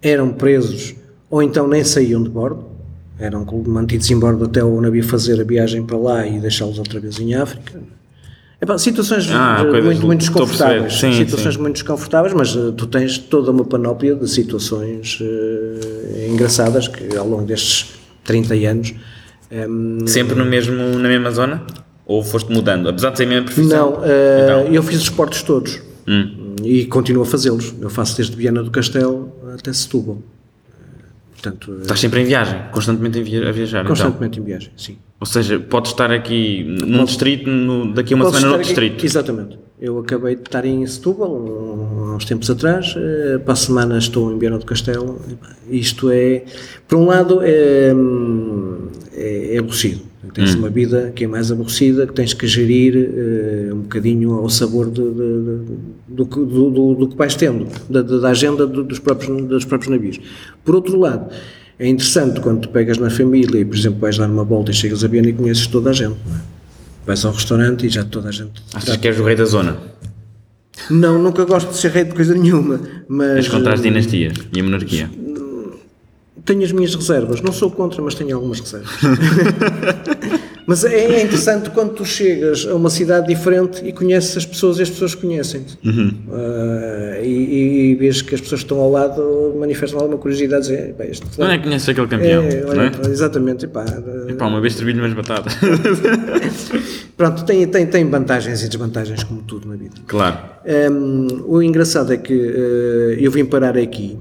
B: eram presos, ou então nem saíam de bordo, eram mantidos em bordo até o navio fazer a viagem para lá e deixá-los outra vez em África. Epá, situações
A: Ah,
B: eh,
A: coisas-
B: muito, muito
A: estou a perceber.
B: desconfortáveis,
A: Sim,
B: situações muito desconfortáveis, mas eh, tu tens toda uma panóplia de situações eh, engraçadas que ao longo destes 30 anos ehm,
A: Sempre no mesmo, na mesma zona? Ou foste mudando? Apesar de ser a mesma profissão?
B: Não, eh,
A: Então. Hum.
B: eu fiz os esportes todos e continuo a fazê-los. Eu faço desde Viana do Castelo até Setúbal. Eh, Portanto, eh,
A: Estás sempre em viagem, constantemente em via- a viajar. Então.
B: constantemente em viagem, sim.
A: Ou seja, podes estar aqui num distrito, no- daqui a uma
B: Posso
A: semana noutro
B: estar aqui-
A: distrito.
B: Exatamente. Eu acabei de estar em Setúbal um- há uns tempos atrás, eh, para a semana estou em Viana do Castelo. Isto é, por um lado, é, hum, é, é aborrecido. Tens uma vida que é mais aborrecida, que tens que gerir eh, um bocadinho ao sabor de- de- de- do, que, do- do- do que vais tendo, da, da- da agenda do- dos, próprios, dos próprios navios. Por outro lado, é interessante quando tu pegas na família e, por exemplo, vais dar uma volta e chegas a Viana e conheces toda a gente. Não é? Vais ao restaurante e já toda a gente. te
A: Achas
B: trata.
A: que és o rei da zona?
B: Não, nunca gosto de ser rei de coisa nenhuma, mas
A: És contra as
B: eh,
A: dinastias e a monarquia.
B: tenho as minhas reservas. Não sou contra, mas tenho algumas
A: *laughs*
B: reservas. mas é é interessante quando tu chegas a uma cidade diferente e conheces as pessoas e as pessoas conhecem-te.
A: Uhum.
B: Ah, e, e- e vês que as pessoas que estão ao lado manifestam alguma curiosidade. Dizem, "Pá, este
A: Não é que conheces aquele campeão,
B: é, olha,
A: não é?
B: Exatamente. Epá, eh,
A: Pá, uma vez servi-lhe umas batatas. *laughs*
B: pronto, tem, tem, tem vantagens e desvantagens, como tudo na vida.
A: claro.
B: Hum, o engraçado é que eh, eu vim parar aqui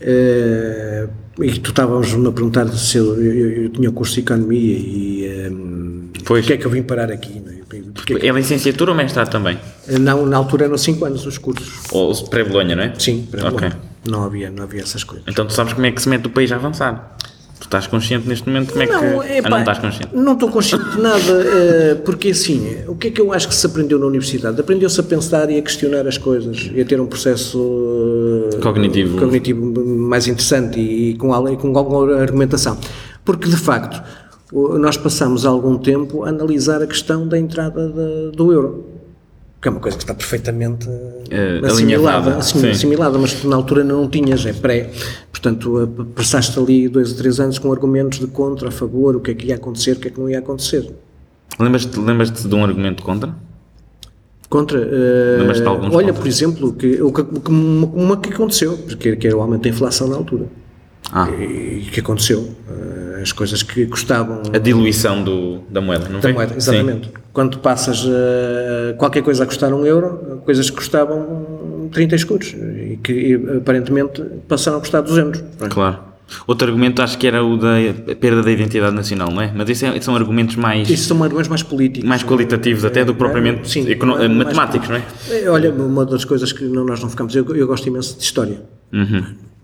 B: eh, e tu estávamos-me a perguntar se eu, eu- eu tinha curso de economia e hum,
A: Pois.
B: porque é que eu vim parar aqui. Não, é? Porque é
A: É licenciatura ou mestrado também?
B: que- não, na altura eram 5 anos os cursos.
A: Ou pré-Bolonha, não é?
B: Sim, para
A: Ok.
B: logo. não havia Não havia essas coisas.
A: Então tu sabes como é que se mete o país a avançar. Tu estás consciente neste momento como é
B: Não,
A: que...
B: epá,
A: ah, não estás consciente.
B: não estou consciente de nada, eh, porque assim, o que é que eu acho que se aprendeu na universidade? Aprendeu-se a pensar e a questionar as coisas e a ter um processo eh,
A: Cognitivo.
B: cognitivo mais interessante e, com, al- com alguma argumentação. Porque, de facto, o- nós passamos algum tempo a analisar a questão da entrada da- do euro. Que é uma coisa que está perfeitamente
A: Eh,
B: eh, assimilada,
A: alinhavada,
B: assim-
A: sim.
B: assimilada, mas tu na altura não tinhas, é pré. Portanto, eh, passaste ali dois ou três anos com argumentos de contra, a favor, o que é que ia acontecer, o que é que não ia acontecer.
A: Lembras-te lembras-te de um argumento contra?
B: Contra. eh,
A: Lembras-te de alguns
B: olha,
A: contra?
B: por exemplo, que, o que, o que- uma que aconteceu, porque que era o aumento da inflação na altura.
A: Ah,
B: E que aconteceu. eh, as coisas que custavam
A: a diluição do, da moeda, não
B: da
A: foi?
B: moeda,
A: Sim.
B: exatamente. Quando tu passas eh, qualquer coisa a custar um euro, coisas que custavam 30 escudos e que e, aparentemente passaram a custar 200.
A: Claro. Outro argumento acho que era o da perda da identidade nacional, não é? Mas isso é- são argumentos mais,
B: Isso são argumentos mais políticos.
A: mais qualitativos até do que propriamente
B: Sim,
A: econo-
B: mais-
A: matemáticos, não é?
B: Eh, Olha, uma das coisas que não- nós não ficamos, eu, eu gosto imenso de história.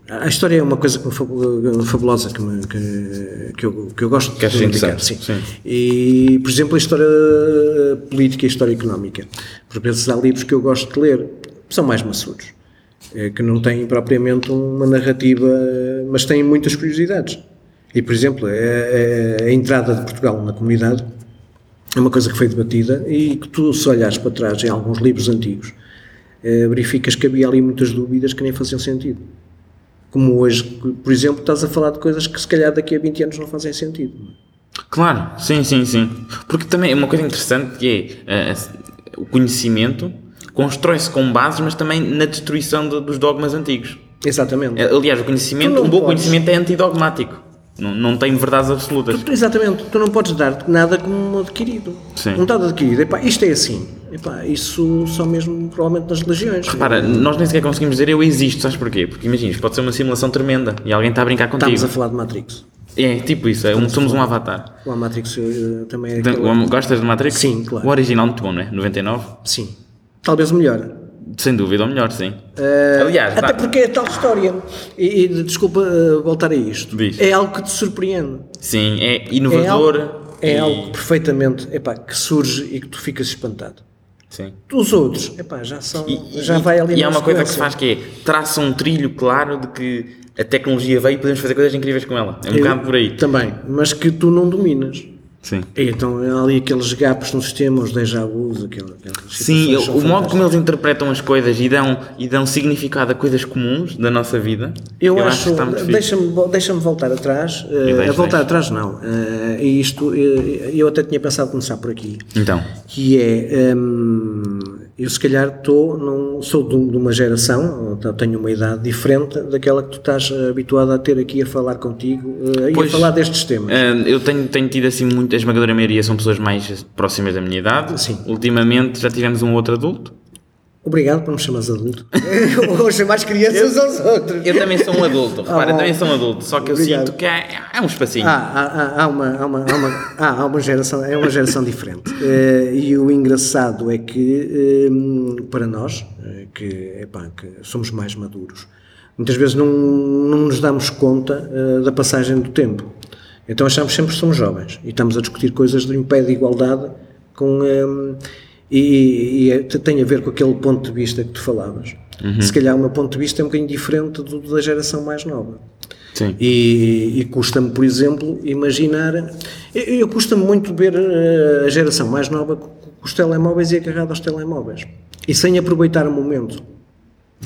B: A história é uma coisa que me fabu- fabulosa que, me- que- que eu, que eu gosto
A: Que achas
B: de indicar. Sim.
A: interessante, sim.
B: E, por exemplo, a história eh, política e a história económica. Por vezes há livros que eu gosto de ler, são mais maçudos, eh, que não têm propriamente uma narrativa, mas têm muitas curiosidades. E, por exemplo, a- a- a entrada de Portugal na comunidade é uma coisa que foi debatida e que tu, se olhares para trás em alguns livros antigos, eh, verificas que havia ali muitas dúvidas que nem faziam sentido. Como hoje, que, por exemplo, estás a falar de coisas que se calhar daqui a 20 anos não fazem sentido.
A: Claro, sim, sim, sim. Porque também é uma coisa interessante que é eh, o conhecimento constrói-se com bases, mas também na destruição de- dos dogmas antigos.
B: Exatamente.
A: Eh, Aliás, o conhecimento,
B: Tu não
A: um bom
B: podes.
A: conhecimento é antidogmático. Não, não tem verdades absolutas.
B: Tu- Exatamente, tu não podes dar nada como um adquirido.
A: Sim.
B: Um dado adquirido, epá, isto é assim. Epá, isso só mesmo provavelmente nas legiões.
A: Repara, nós nem sequer conseguimos dizer eu existo, sabes porquê? Porque imaginas, pode ser uma simulação tremenda e alguém está a brincar contigo.
B: Estamos a falar de Matrix.
A: É, tipo isso, é um- somos um avatar.
B: O Matrix eh, também é
A: Portanto,
B: aquela-
A: o- Gostas de Matrix?
B: Sim, claro.
A: O original é muito bom, não é? 99?
B: Sim. Talvez o melhor.
A: Sem dúvida, o melhor, sim. Aliás,
B: Eh, Até
A: dá-
B: porque é tal história. E, e, desculpa eh, voltar a isto.
A: Diz.
B: É algo que te surpreende.
A: sim, é
B: é
A: inovador.
B: algo, é
A: e-
B: algo perfeitamente epá, que surge e que tu ficas espantado.
A: Sim.
B: Os outros, epá, já são.
A: E, e-
B: já vai ali
A: e
B: na
A: há uma coisa que se faz
B: sequência.
A: que é traça um trilho claro de que a tecnologia veio e podemos fazer coisas incríveis com ela. É um bocado por aí.
B: Também, mas que tu não dominas.
A: Sim.
B: E então há ali aqueles gaps no sistema, os déjà vus, aquela- aquelas
A: Sim,
B: situações
A: eu-
B: são
A: o modo como
B: fantásticas.
A: eles interpretam as coisas e dão, e dão significado a coisas comuns da nossa vida,
B: Eu,
A: que
B: acho,
A: está muito fixe.
B: deixa-me deixa voltar atrás, eh,
A: deixa,
B: a voltar
A: deixa.
B: atrás não, eh, e isto, eh, eu até tinha pensado começar por aqui,
A: Então,
B: que é hum, eu se calhar estou não sou de, um- de uma geração ou t- tenho uma idade diferente daquela que tu estás eh, habituado a ter aqui a falar contigo eh, e
A: Pois.
B: a falar destes temas
A: hum, eu tenho, tenho tido assim muito, a esmagadora maioria são pessoas mais próximas da minha idade.
B: Sim.
A: Ultimamente já tivemos um outro adulto.
B: obrigado por me chamares adulto *laughs* ou chamares crianças aos outros
A: Eu também sou um
B: *laughs*
A: adulto, repara,
B: Ah, bom.
A: também sou um adulto, só que eu
B: Obrigado.
A: sinto que há, há um espacinho.
B: Ah, há, há- há uma, há, uma, há, uma, ah, há uma geração, é uma geração diferente. Eh, e o engraçado é que, eh, para nós, eh, que, epá, que somos mais maduros, muitas vezes não, não nos damos conta eh, da passagem do tempo. Então achamos sempre que somos jovens e estamos a discutir coisas do impé de igualdade com. eh, e, e é- tem a ver com aquele ponto de vista que tu falavas. Se calhar o meu ponto de vista é um bocadinho diferente do da geração mais nova.
A: Sim.
B: E, e custa-me, por exemplo, imaginar. Eu, eu custa-me muito ver eh, a geração mais nova co- com os telemóveis e agarrada aos telemóveis. E sem aproveitar o momento.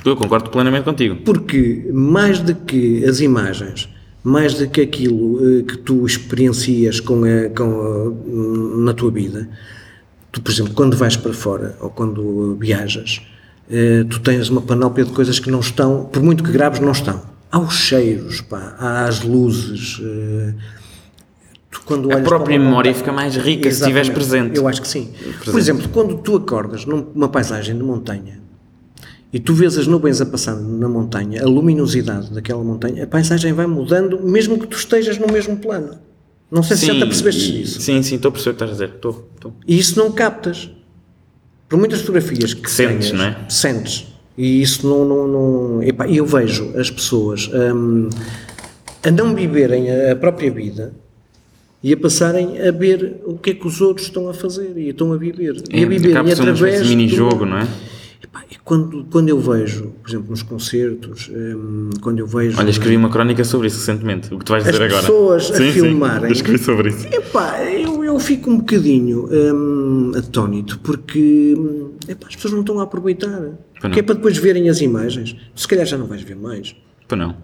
A: Eu concordo plenamente contigo.
B: Porque mais do que as imagens, mais do que aquilo eh, que tu experiencias com a- com a- na tua vida, tu, por exemplo, quando vais para fora ou quando viajas, eh, tu tens uma panóplia de coisas que não estão, por muito que graves, não estão. Há os cheiros, pá, há as luzes. eh, tu quando
A: A
B: olhas
A: própria
B: para uma
A: memória
B: montanha-
A: fica mais rica se
B: Exatamente.
A: estiveres presente.
B: Eu acho que sim. Por exemplo, quando tu acordas numa paisagem de montanha e tu vês as nuvens a passar na montanha, a luminosidade daquela montanha, a paisagem vai mudando, mesmo que tu estejas no mesmo plano. Não sei se já te apercebeste
A: e-
B: disso.
A: Sim, sim, estou a perceber o que estás a dizer. Estou, estou.
B: E isso não captas. Por muitas fotografias que
A: Sentes,
B: tenhas,
A: não é?
B: Sentes. E isso não. não, não- epá, eu vejo as pessoas hum, a não viverem a a própria vida e a passarem a ver o que é que os outros estão a fazer e estão a viver. e a viverem
A: acaba por ser uma espécie
B: através.
A: de mini-jogo,
B: do-
A: não é?
B: Epá, e quando, quando eu vejo, por exemplo, nos concertos, hum, quando eu vejo.
A: Olha, escrevi uma crónica sobre isso recentemente, o que tu vais
B: As
A: dizer agora.
B: pessoas a
A: sim,
B: filmarem.
A: Sim, escrevi sobre isso.
B: Epá, eu, eu fico um bocadinho hum, atónito porque hum, epá, as pessoas não estão a aproveitar.
A: não.
B: Porque é para depois verem as imagens. Se calhar já não vais ver mais.
A: Pô, Então não.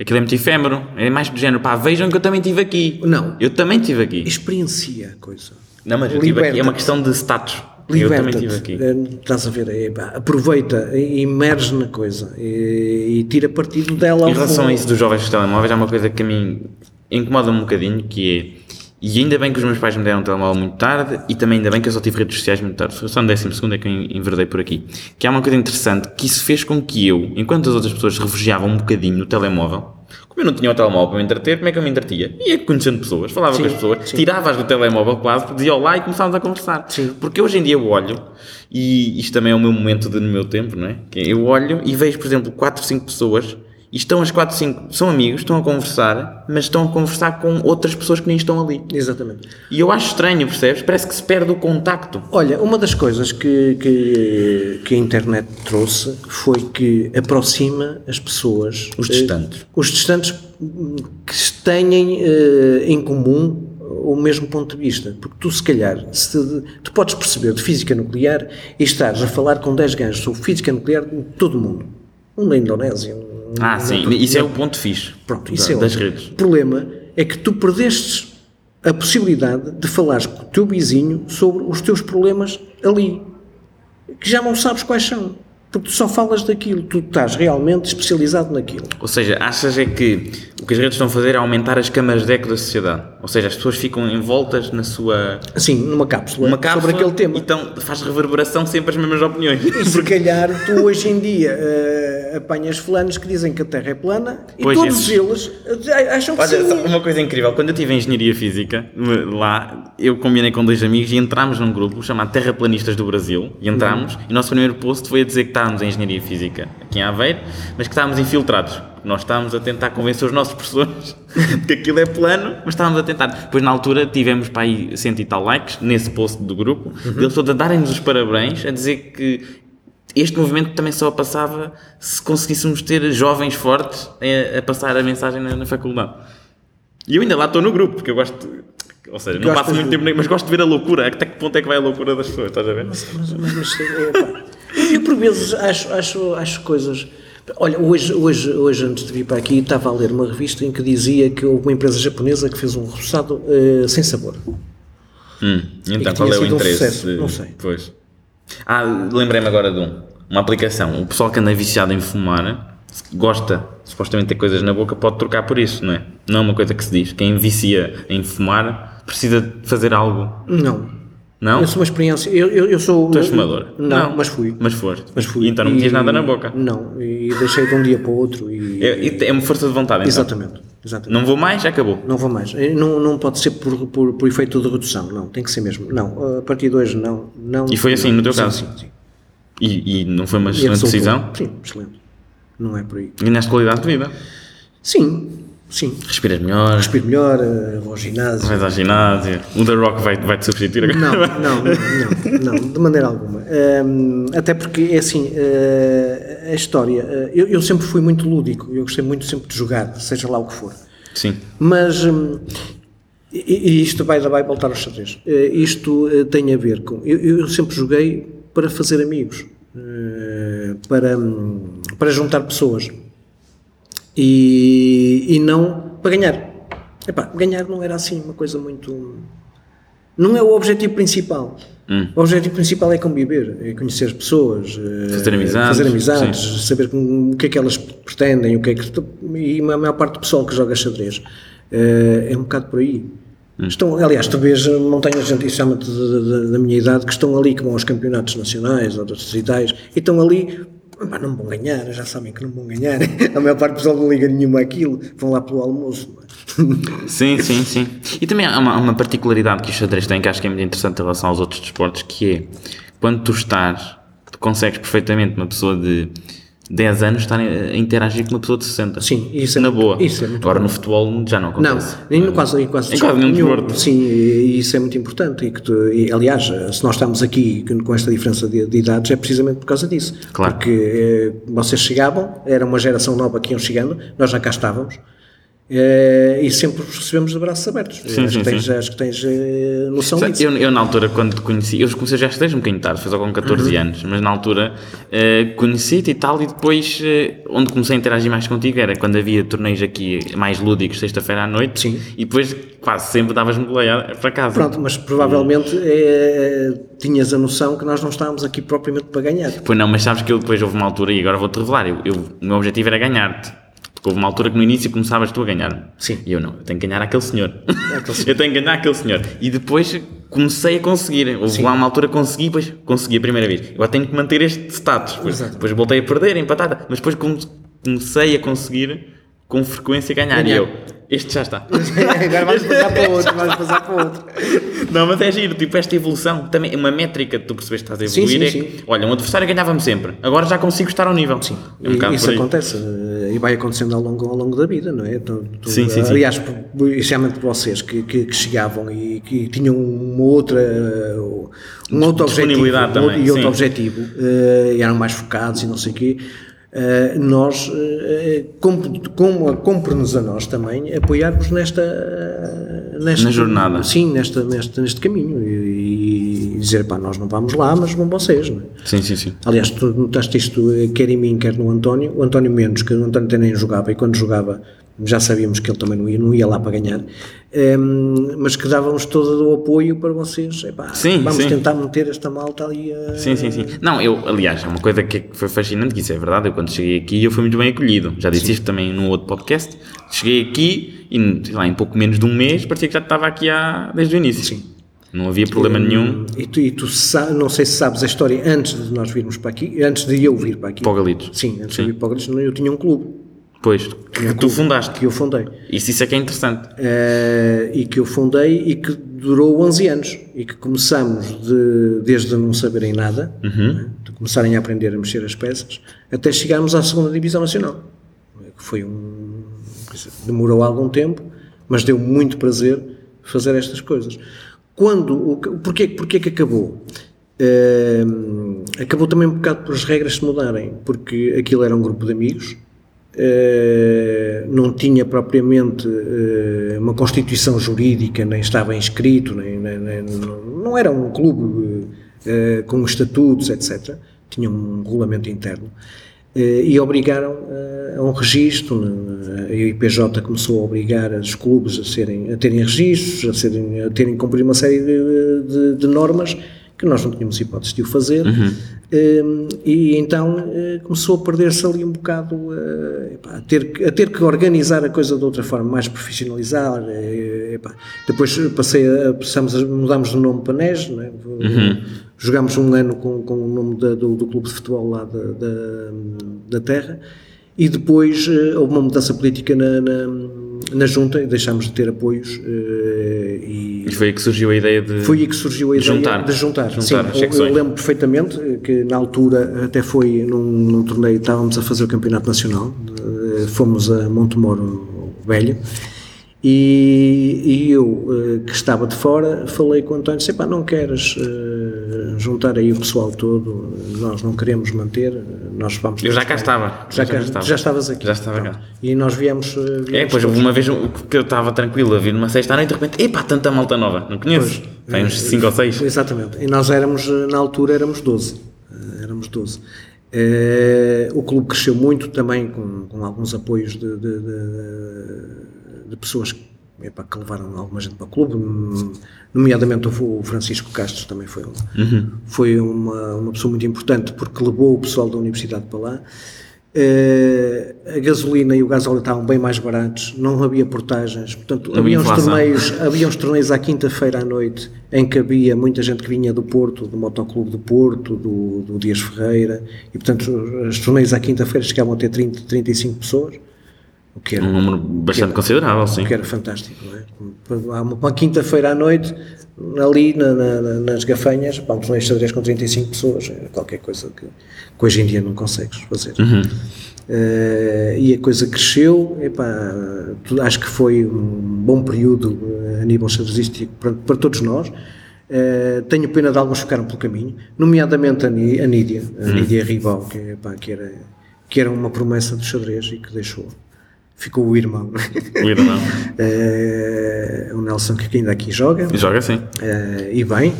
A: Aquilo é muito efêmero, é mais do género, pá, vejam que eu também estive aqui.
B: Não.
A: Eu também estive aqui.
B: Experiencia a coisa.
A: Não, mas eu estive aqui, é uma
B: Liberta-te.
A: questão de status. Eu também estive
B: Liberta-te.
A: aqui.
B: Eh, Estás a ver? Epá, aproveita, e imerge na coisa e, e tira partido dela.
A: Em
B: ao
A: relação
B: fundo.
A: a isso dos jovens dos telemóveis, há uma coisa que a mim incomoda um bocadinho, que é. E ainda bem que os meus pais me deram um telemóvel muito tarde, e também ainda bem que eu só tive redes sociais muito tarde. Foi só no 12 é que eu en- enverdei por aqui. Que há uma coisa interessante, que isso fez com que eu, enquanto as outras pessoas se refugiavam um bocadinho no telemóvel, como eu não tinha o telemóvel para me entreter, como é que eu me entretia? Ia conhecendo pessoas, falava com as pessoas, tiravas do telemóvel quase, dizia olá e começávamos a conversar. Porque hoje em dia eu olho, e isto também é o meu momento de, no meu tempo, não é? Que eu olho e vejo, por exemplo, 4, 5 pessoas e estão as 4, 5, são amigos, estão a conversar, mas estão a conversar com outras pessoas que nem estão ali.
B: Exatamente.
A: E eu acho estranho, percebes? Parece que se perde o contacto.
B: Olha, uma das coisas que, que, que a internet trouxe foi que aproxima as pessoas.
A: Os
B: eh,
A: distantes.
B: os distantes hum, que têm eh, em comum o mesmo ponto de vista. Porque tu, se calhar, se te- tu podes perceber de física nuclear e estares a falar com 10 gajos sobre física nuclear de todo o mundo. Um da Indonésia. um-
A: Ah, sim, isso é o ponto fixe
B: Pronto,
A: da-
B: isso é
A: das
B: outro.
A: redes.
B: O problema é que tu perdestes a possibilidade de falares com o teu vizinho sobre os teus problemas ali, que já não sabes quais são, porque tu só falas daquilo, tu estás realmente especializado naquilo.
A: Ou seja, achas é que o que as redes estão a fazer é aumentar as camas de eco da sociedade. Ou seja, as pessoas ficam envoltas na sua.
B: Sim, numa cápsula,
A: Uma cápsula
B: sobre aquele tema.
A: Então faz reverberação sempre as mesmas opiniões.
B: E se calhar tu hoje em dia eh, apanhas fulanos que dizem que a Terra é plana e
A: Pois,
B: todos
A: esses-
B: eles eh, acham que
A: Olha,
B: sim.
A: só uma coisa incrível, quando eu tive em Engenharia Física, me- lá, eu combinei com dois amigos e entramos num grupo chamado Terraplanistas do Brasil, e entramos, e o nosso primeiro post foi a dizer que estávamos em Engenharia Física, aqui em Aveiro, mas que estávamos infiltrados. Nós estávamos a tentar convencer os nossos *laughs* professores de que aquilo é plano, mas estávamos a tentar. Depois, na altura, tivemos para aí cento e tal likes, nesse post do grupo, eles todos a darem-nos os parabéns, a dizer que este movimento também só passava se conseguíssemos ter jovens fortes a, a passar a mensagem na, na faculdade. E eu ainda lá estou no grupo, porque eu gosto. de- Ou seja, não
B: Gostas
A: passo muito
B: do-
A: tempo, nem- mas gosto de ver a loucura. Até que ponto é que vai a loucura das pessoas, estás a ver?
B: Mas, mas, mas, é, pá. eu por vezes acho, acho, acho coisas. Olha, hoje, hoje, hoje, antes de vir para aqui, estava a ler uma revista em que dizia que houve uma empresa japonesa que fez um roçado sem sabor.
A: Então,
B: tinha
A: qual é o
B: sido um
A: interesse?
B: sucesso, não sei.
A: Pois. Ah, lembrei-me agora de um. Uma aplicação. O pessoal que anda viciado em fumar gosta supostamente de ter coisas na boca, pode trocar por isso, não é? Não é uma coisa que se diz. Quem vicia em fumar precisa de fazer algo.
B: Não.
A: Não?
B: Eu sou uma experiência. Eu, eu, eu sou.
A: Tu és fumador?
B: Não, mas fui.
A: Mas foste.
B: Mas fui.
A: E então não metias
B: E-
A: nada na boca.
B: Não, e deixei de um dia para o outro. E,
A: É, é uma força de vontade, então.
B: Exatamente. exatamente.
A: Não vou mais, já acabou.
B: Não vou mais. Eh, Não, não pode ser por, por, por efeito de redução, não. Tem que ser mesmo. Não, a partir de hoje, não. não
A: E foi assim, no teu
B: Sim,
A: caso?
B: Sim, sim.
A: E, e não foi uma
B: E
A: excelente
B: absolutou.
A: decisão.
B: Sim, excelente. Não é por aí.
A: Ganhaste qualidade de vida.
B: Sim, sim.
A: Respiras melhor,
B: Respiro melhor, eh, vou ao ginásio.
A: vais ao ginásio. O The Rock vai, vai te substituir agora.
B: Não, não, não, não, de maneira alguma. Hum, até porque é assim, eh, a história. eh, eu, eu sempre fui muito lúdico, eu gostei muito sempre de jogar, seja lá o que for.
A: *laughs* Sim.
B: Mas hum, e, e isto vai, vai voltar aos xadrez. Eh, isto eh, tem a ver com. Eu, eu sempre joguei para fazer amigos, eh, para, hum, para juntar pessoas e, e não para ganhar. Epá, ganhar não era assim uma coisa muito. Não é o objetivo principal.
A: Hum.
B: O objetivo principal é conviver, é conhecer as pessoas, eh,
A: Fazer amizades,
B: fazer amizades, saber com- o que é que elas pretendem, o que é que e a maior parte do pessoal que joga xadrez eh, é um bocado por aí.
A: Hum.
B: Estão, aliás, tu vês montanhas gente, isso é chama-te da- da- da minha idade, que estão ali, que vão aos campeonatos nacionais ou das cidades, e estão ali, "Pá, não vão ganhar, já sabem que não vão ganhar. *laughs* A maior parte do pessoal não liga nenhuma àquilo, vão lá pelo almoço. não é?
A: Sim, sim, sim. E também há uma, há uma particularidade que o xadrez tem que acho que é muito interessante em relação aos outros desportos, que é quando tu estás, tu consegues perfeitamente uma pessoa de 10 anos estar a interagir com uma pessoa de 60.
B: Sim, isso é
A: Na
B: muito-
A: boa.
B: isso é muito
A: agora no futebol já não
B: Não,
A: acontece.
B: nem no quase, em quase,
A: Em quase nenhum desporto.
B: Sim, e isso é muito importante. E que tu- e, aliás, se nós estamos aqui com- com esta diferença de, de idades, é precisamente por causa disso.
A: Claro.
B: Porque eh, vocês chegavam, era uma geração nova que iam chegando, nós já cá estávamos. eh, e sempre os recebemos de braços abertos.
A: Sim,
B: acho,
A: sim,
B: que tens,
A: sim.
B: acho que tens eh, noção
A: Sabe,
B: disso.
A: Eu, eu, na altura, quando te conheci, eu comecei já desde um bocadinho tarde, foi só com 14
B: Uhum.
A: anos, mas na altura eh, conheci-te e tal, e depois eh, onde comecei a interagir mais contigo era quando havia torneios aqui mais lúdicos, sexta-feira à noite,
B: Sim.
A: e depois quase sempre davas-me goleada para casa.
B: Pronto, mas provavelmente eh, tinhas a noção que nós não estávamos aqui propriamente para ganhar.
A: Pois não, mas sabes que eu depois houve uma altura, e agora vou-te revelar, eu, eu- o meu objetivo era ganhar-te. Porque houve uma altura que no início começavas tu a ganhar-me.
B: Sim.
A: E eu não, eu tenho que ganhar aquele senhor. *laughs* eu tenho que ganhar aquele senhor. E depois comecei a conseguir. Houve lá uma altura que consegui, depois consegui a primeira vez. Agora tenho que manter este status. Depois,
B: Exato.
A: depois voltei a perder, empatada. Mas depois come- comecei a conseguir com frequência ganhar. E
B: Ganhar.
A: eu, este já está.
B: Agora vamos passar para o outro, vamos passar para o outro.
A: Não, mas é giro, tipo, esta evolução também é uma métrica que tu percebeste que estás a
B: Sim,
A: evoluir.
B: sim,
A: é que, Olha, um adversário ganhava-me sempre, agora já consigo estar ao nível. Sim, é um bocado
B: E isso
A: por aí.
B: acontece eh, e vai acontecendo ao longo, ao longo da vida, não é? Tu- tu-
A: Sim, sim, sim.
B: aliás, por- especialmente por vocês que, que- que chegavam e que tinham uma outra eh, um outro objetivo
A: Disponibilidade
B: um outro-
A: também,
B: e outro
A: sim.
B: objetivo eh, e eram mais focados e não sei o quê. eh, nós, eh, como, como compre-nos a nós também apoiar-vos nesta, eh, nesta
A: Na jornada.
B: Sim, nesta, neste, neste caminho e, e dizer, pá, nós não vamos lá, mas vão vocês, não é?
A: Sim, sim, sim.
B: Aliás, tu notaste isto eh, quer em mim, quer no António. O António menos, que o António até nem jogava e quando jogava já sabíamos que ele também não ia, não ia lá para ganhar, hum, mas que dávamos todo o apoio para vocês. Epá,
A: Sim,
B: vamos
A: sim.
B: tentar manter esta malta ali eh, a.
A: Sim, sim, sim. Não, eu, aliás, é uma coisa que foi fascinante, que isso é verdade. Eu, quando cheguei aqui, eu fui muito bem acolhido. Já disse isto também num outro podcast. Cheguei aqui e, sei lá, em pouco menos de um mês, parecia que já estava aqui há, desde o início. Sim. Não havia problema
B: Tipo,
A: nenhum
B: E tu, e tu sa- não sei se sabes a história antes de nós virmos para aqui, antes de eu vir para aqui.
A: para o Galitos.
B: Sim, antes de eu vir para o Galitos, eu tinha um clube
A: Pois, que tu fundaste.
B: que eu fundei.
A: Isso, isso é que é interessante.
B: eh, e que eu fundei e que durou 11 anos e que começamos de, desde não saberem nada, né, de começarem a aprender a mexer as peças, até chegarmos à segunda divisão nacional, que foi um quer dizer, demorou algum tempo, mas deu muito prazer fazer estas coisas. Quando o que- porquê, porquê que acabou? Eh, acabou também um bocado por as regras se mudarem, porque aquilo era um grupo de amigos eh, não tinha propriamente eh, uma constituição jurídica, nem estava inscrito, nem, nem- nem- não- não era um clube eh, com estatutos, etc. Tinha um regulamento interno. Eh, e obrigaram eh, a um registro, né, a IPJ começou a obrigar os clubes a, serem, a terem registros, a, serem, a terem que cumprir uma série de, de- de normas que nós não tínhamos hipótese de o fazer. Hum, e então eh, começou a perder-se ali um bocado, eh, epá, a, ter, que- a ter que organizar a coisa de outra forma, mais profissionalizar. eh, epá. Depois passei a, passamos a- mudámos de nome para NES, né? jogámos um ano com, com o nome da- do, do clube de futebol lá da, da, da terra e depois eh, houve uma mudança política na, na, na junta e deixámos de ter apoios eh, e,
A: E foi aí que surgiu a ideia de.
B: foi aí que surgiu a
A: De
B: ideia
A: juntar.
B: de juntar.
A: Juntar
B: Sim,
A: as
B: eu- eu,
A: secções.
B: lembro perfeitamente eh, que na altura até foi num, num torneio, estávamos a fazer o campeonato nacional, eh, fomos a Montemoro Velho e, e eu eh, que estava de fora falei com o António, disse, "Epá, não queres eh, juntar aí o pessoal todo, nós não queremos manter, nós vamos...
A: Eu já cá estava.
B: Já,
A: Eu
B: cá- já estavas aqui.
A: Já estava
B: Pronto.
A: cá.
B: E nós viemos... eh,
A: É,
B: viemos
A: pois houve uma vez o que eu estava tranquilo a vir numa sexta à noite e de repente, epá, tanta malta nova, não conheço. Tem uns 5 ou 6.
B: Exatamente. E nós éramos, eh, na altura, éramos 12. Eh, Éramos 12. Eh, o clube cresceu muito também com, com alguns apoios de, de- de- de pessoas que, epá, que levaram alguma gente para o clube, Hum, nomeadamente o Francisco Castro também foi, um- foi uma, uma pessoa muito importante porque levou o pessoal da universidade para lá. Eh, a gasolina e o gasóleo estavam bem mais baratos, não havia portagens, portanto
A: Havia
B: havia uns
A: inflação.
B: torneios torneios- havia uns torneios à quinta-feira à noite em que havia muita gente que vinha do Porto, do Motoclube do Porto, do, do Dias Ferreira, e portanto os torneios à quinta-feira chegavam a ter 30, 35 pessoas, o que era,
A: Um número bastante considerável, sim.
B: o que era fantástico, não é? Há Uma, uma quinta-feira à noite, ali na- na- na- nas gafanhas, pá, um torneio de xadrez com 35 pessoas, é qualquer coisa que, que hoje em dia não consegues fazer. Eh, e a coisa cresceu, epá, tu- acho que foi um bom período eh, a nível xadrezístico para, para todos nós. Eh, tenho pena de alguns que ficaram pelo caminho, nomeadamente a, Ni- a Nídia, a Nídia Rival, que, epá, que era, que era uma promessa do xadrez e que deixou. Ficou o irmão. *laughs*
A: O irmão.
B: Eh, o Nelson que ainda aqui joga
A: Joga assim. sim.
B: eh, e bem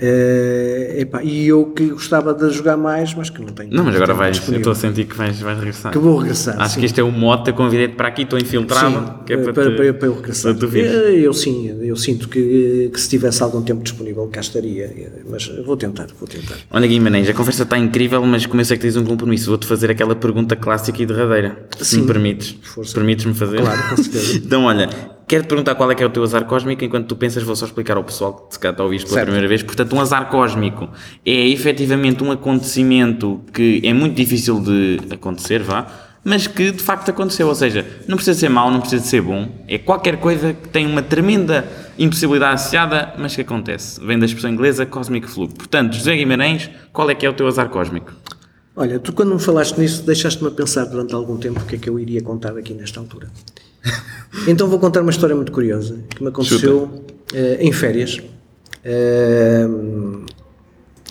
B: Eh, epá, e eu que gostava de jogar mais mas que não tenho
A: Não, mas agora
B: tempo
A: vais. Eu estou
B: disponível.
A: a sentir que vais, vais regressar.
B: que vou regressar
A: Acho
B: sim.
A: que este é o mote, eu convidei-te para aqui, estou infiltrado.
B: Sim,
A: que é
B: para,
A: para, te-
B: para, para eu regressar. Eh,
A: para tu vires.
B: eu, eu sim, eu sinto que, que se tivesse algum tempo disponível cá estaria, Eh, mas vou tentar, vou tentar.
A: Olha, Guimarães, a conversa está incrível, mas como eu sei que tens um compromisso, vou-te fazer aquela pergunta clássica e derradeira. Se me permites.
B: Força.
A: Permites-me fazer?
B: Claro, com certeza.
A: então, olha, quero-te perguntar qual é que é o teu azar cósmico, enquanto tu pensas, vou só explicar ao pessoal que se calhar está a ouvir isto pela
B: Certo.
A: primeira vez. Portanto, um azar cósmico é efetivamente um acontecimento que é muito difícil de acontecer, vá, mas que de facto aconteceu. Ou seja, não precisa ser mau, não precisa ser bom. É qualquer coisa que tem uma tremenda impossibilidade associada, mas que acontece. Vem da expressão inglesa Cosmic Flu. Portanto, José Guimarães, qual é que é o teu azar cósmico?
B: Olha, tu quando me falaste nisso deixaste-me a pensar durante algum tempo o que é que eu iria contar aqui nesta altura. então vou contar uma história muito curiosa que me aconteceu eh, em férias, eh,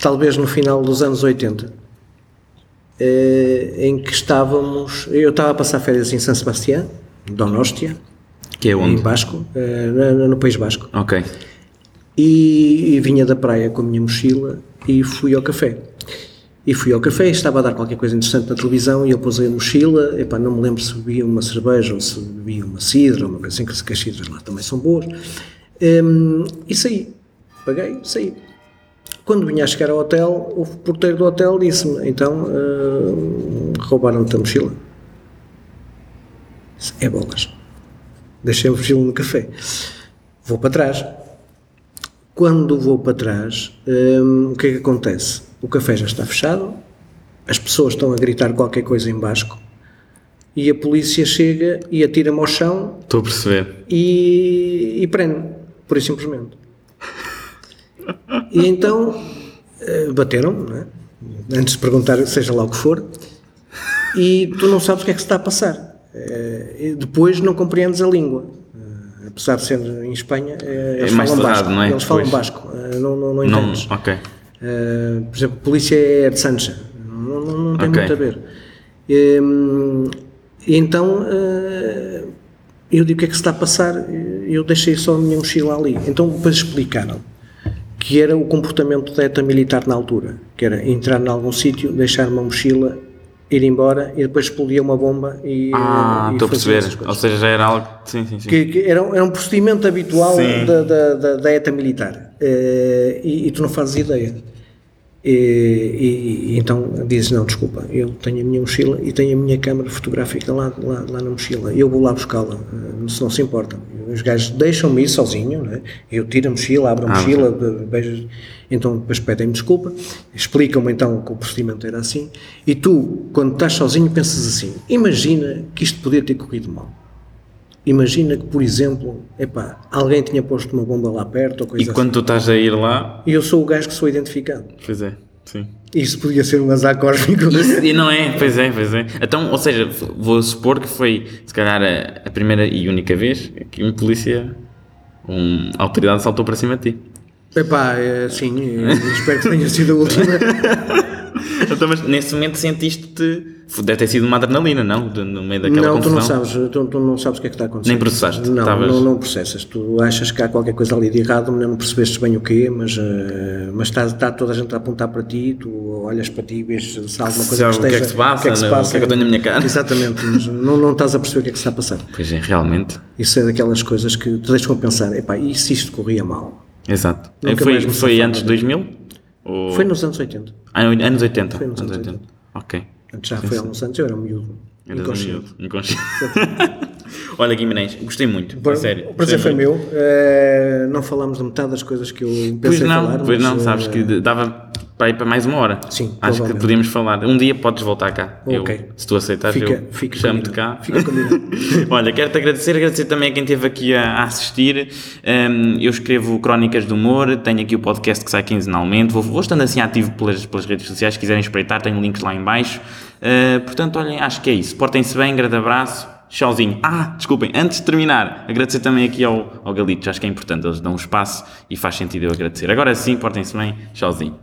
B: talvez no final dos anos 80, eh, em que estávamos. Eu estava a passar férias em San Sebastián, Donostia,
A: Que é
B: em Basco, eh, na- na- no País Basco
A: Ok.
B: e, e vinha da praia com a minha mochila e fui ao café. E fui ao café, estava a dar qualquer coisa interessante na televisão e eu pusei a mochila, epá, não me lembro se bebia uma cerveja ou se bebia uma cidra, uma coisa assim, que as cidras lá também são boas. Hum, e saí, paguei, saí. Quando vinha a chegar ao hotel, o porteiro do hotel disse-me, então, hum, roubaram-te a mochila. Disse, É bolas. Deixei a mochila no café. Vou para trás. Quando vou para trás, hum, o que é que acontece? O café já está fechado, as pessoas estão a gritar qualquer coisa em basco e a polícia chega e atira-me ao chão
A: Estou a perceber.
B: e, e prende-me, pura e simplesmente. E então eh, bateram-me, não é? antes de perguntar, seja lá o que for, e tu não sabes o que é que se está a passar. Eh, e depois não compreendes a língua. Eh, Apesar de ser em Espanha, eh, eles
A: mais
B: falam
A: cerrado,
B: basco.
A: não é?
B: Eles falam
A: Pois.
B: basco, eh, não, não, não
A: Não,
B: entendes.
A: ok.
B: Uh, por exemplo, a polícia é de Sancha, não, não- não tem
A: Ok.
B: muito a ver. Um, e então uh, eu digo o que é que se está a passar, eu deixei só a minha mochila ali. Então depois explicaram que era o comportamento da ETA militar na altura, que era entrar em algum sítio, deixar uma mochila, ir embora e depois explodir uma bomba e
A: Ah,
B: e
A: estou a
B: fazer essas
A: perceber. Ou
B: coisas.
A: seja, já era algo. Sim, sim, sim.
B: Que, que era, um- era um procedimento habitual
A: Sim.
B: da, da, da, da ETA militar. Eh, e, e tu não fazes ideia. E, e- e então dizes: Não, desculpa, eu tenho a minha mochila e tenho a minha câmara fotográfica lá, lá, lá na mochila. Eu vou lá buscá-la, eh, se não se importa. Os gajos deixam-me ir sozinho, né? eu tiro a mochila, abro a
A: Ah,
B: mochila, be- beijo, então depois pedem-me desculpa, explicam-me então que o procedimento era assim. E tu, quando estás sozinho, pensas assim: Imagina que isto podia ter corrido mal. Imagina que, por exemplo, epá, alguém tinha posto uma bomba lá perto ou
A: E
B: coisa
A: quando tu estás a ir lá.
B: assim. E eu sou o gajo que sou identificado.
A: Pois é, sim.
B: Isto podia ser um azar cósmico.
A: E não é, pois é, pois é. Então, ou seja, f- vou supor que foi, se calhar, a, a primeira e única vez que um polícia, uma autoridade saltou para cima de *laughs* ti.
B: Epá, é, sim, é, espero que tenha sido
A: *laughs*
B: a última.
A: Então, mas nesse momento sentiste-te. f- Deve ter sido uma adrenalina, não? De- no meio daquela
B: não, tu
A: confusão.
B: não sabes, tu, tu não sabes o que é que está acontecendo.
A: Nem processaste,
B: Não,
A: estavas-
B: não, não processas. Tu achas que há qualquer coisa ali de errado, mas não percebeste bem o quê, mas, eh, mas está, está toda a gente a apontar para ti, tu olhas para ti e vês se há alguma coisa
A: Sabe
B: que
A: o que é que
B: esteja-
A: se passa, né? O que é que eu tenho na minha cara?
B: Exatamente, mas não, não estás a perceber o que é que se está a passar.
A: Pois é, realmente.
B: Isso é daquelas coisas que te deixam a pensar, epá, e se isto corria mal?
A: Exato.
B: Nunca
A: foi
B: mais me
A: foi
B: safava.
A: antes de 2000? Ou...
B: Foi nos anos 80.
A: Ah, anos 80.
B: Foi nos anos
A: Ok.
B: Portanto, Já foi há uns anos, eu era um miúdo.
A: Era
B: inconsciente.
A: miúdo, inconsciente. *laughs* Olha, Guimarães, gostei muito.
B: Pra-
A: a sério.
B: O prazer
A: gostei
B: foi
A: muito.
B: meu. Eh, não falámos de metade das coisas que eu pensei
A: Pois não,
B: falar.
A: pois
B: mas,
A: não,
B: eh,
A: sabes que de- dava para ir para mais uma hora.
B: Sim,
A: Acho que
B: provavelmente.
A: podíamos falar. Um dia podes voltar cá. Eu,
B: Ok.
A: se tu aceitares,
B: Fica-
A: eu
B: fica
A: chamo-te
B: combinado.
A: cá.
B: Fica combinado.
A: *laughs* Olha, quero-te agradecer, agradecer também a quem esteve aqui a, a assistir. Um, eu escrevo Crónicas do Humor, tenho aqui o podcast que sai quinzenalmente. Vou, vou estando assim ativo pelas, pelas redes sociais, se quiserem espreitar, tenho links lá em baixo. Uh, portanto, olhem, acho que é isso. Portem-se bem, grande abraço, tchauzinho. Ah, desculpem, antes de terminar, agradecer também aqui ao, ao Galitos, acho que é importante, eles dão um espaço e faz sentido eu agradecer. Agora sim, portem-se bem, tchauzinho.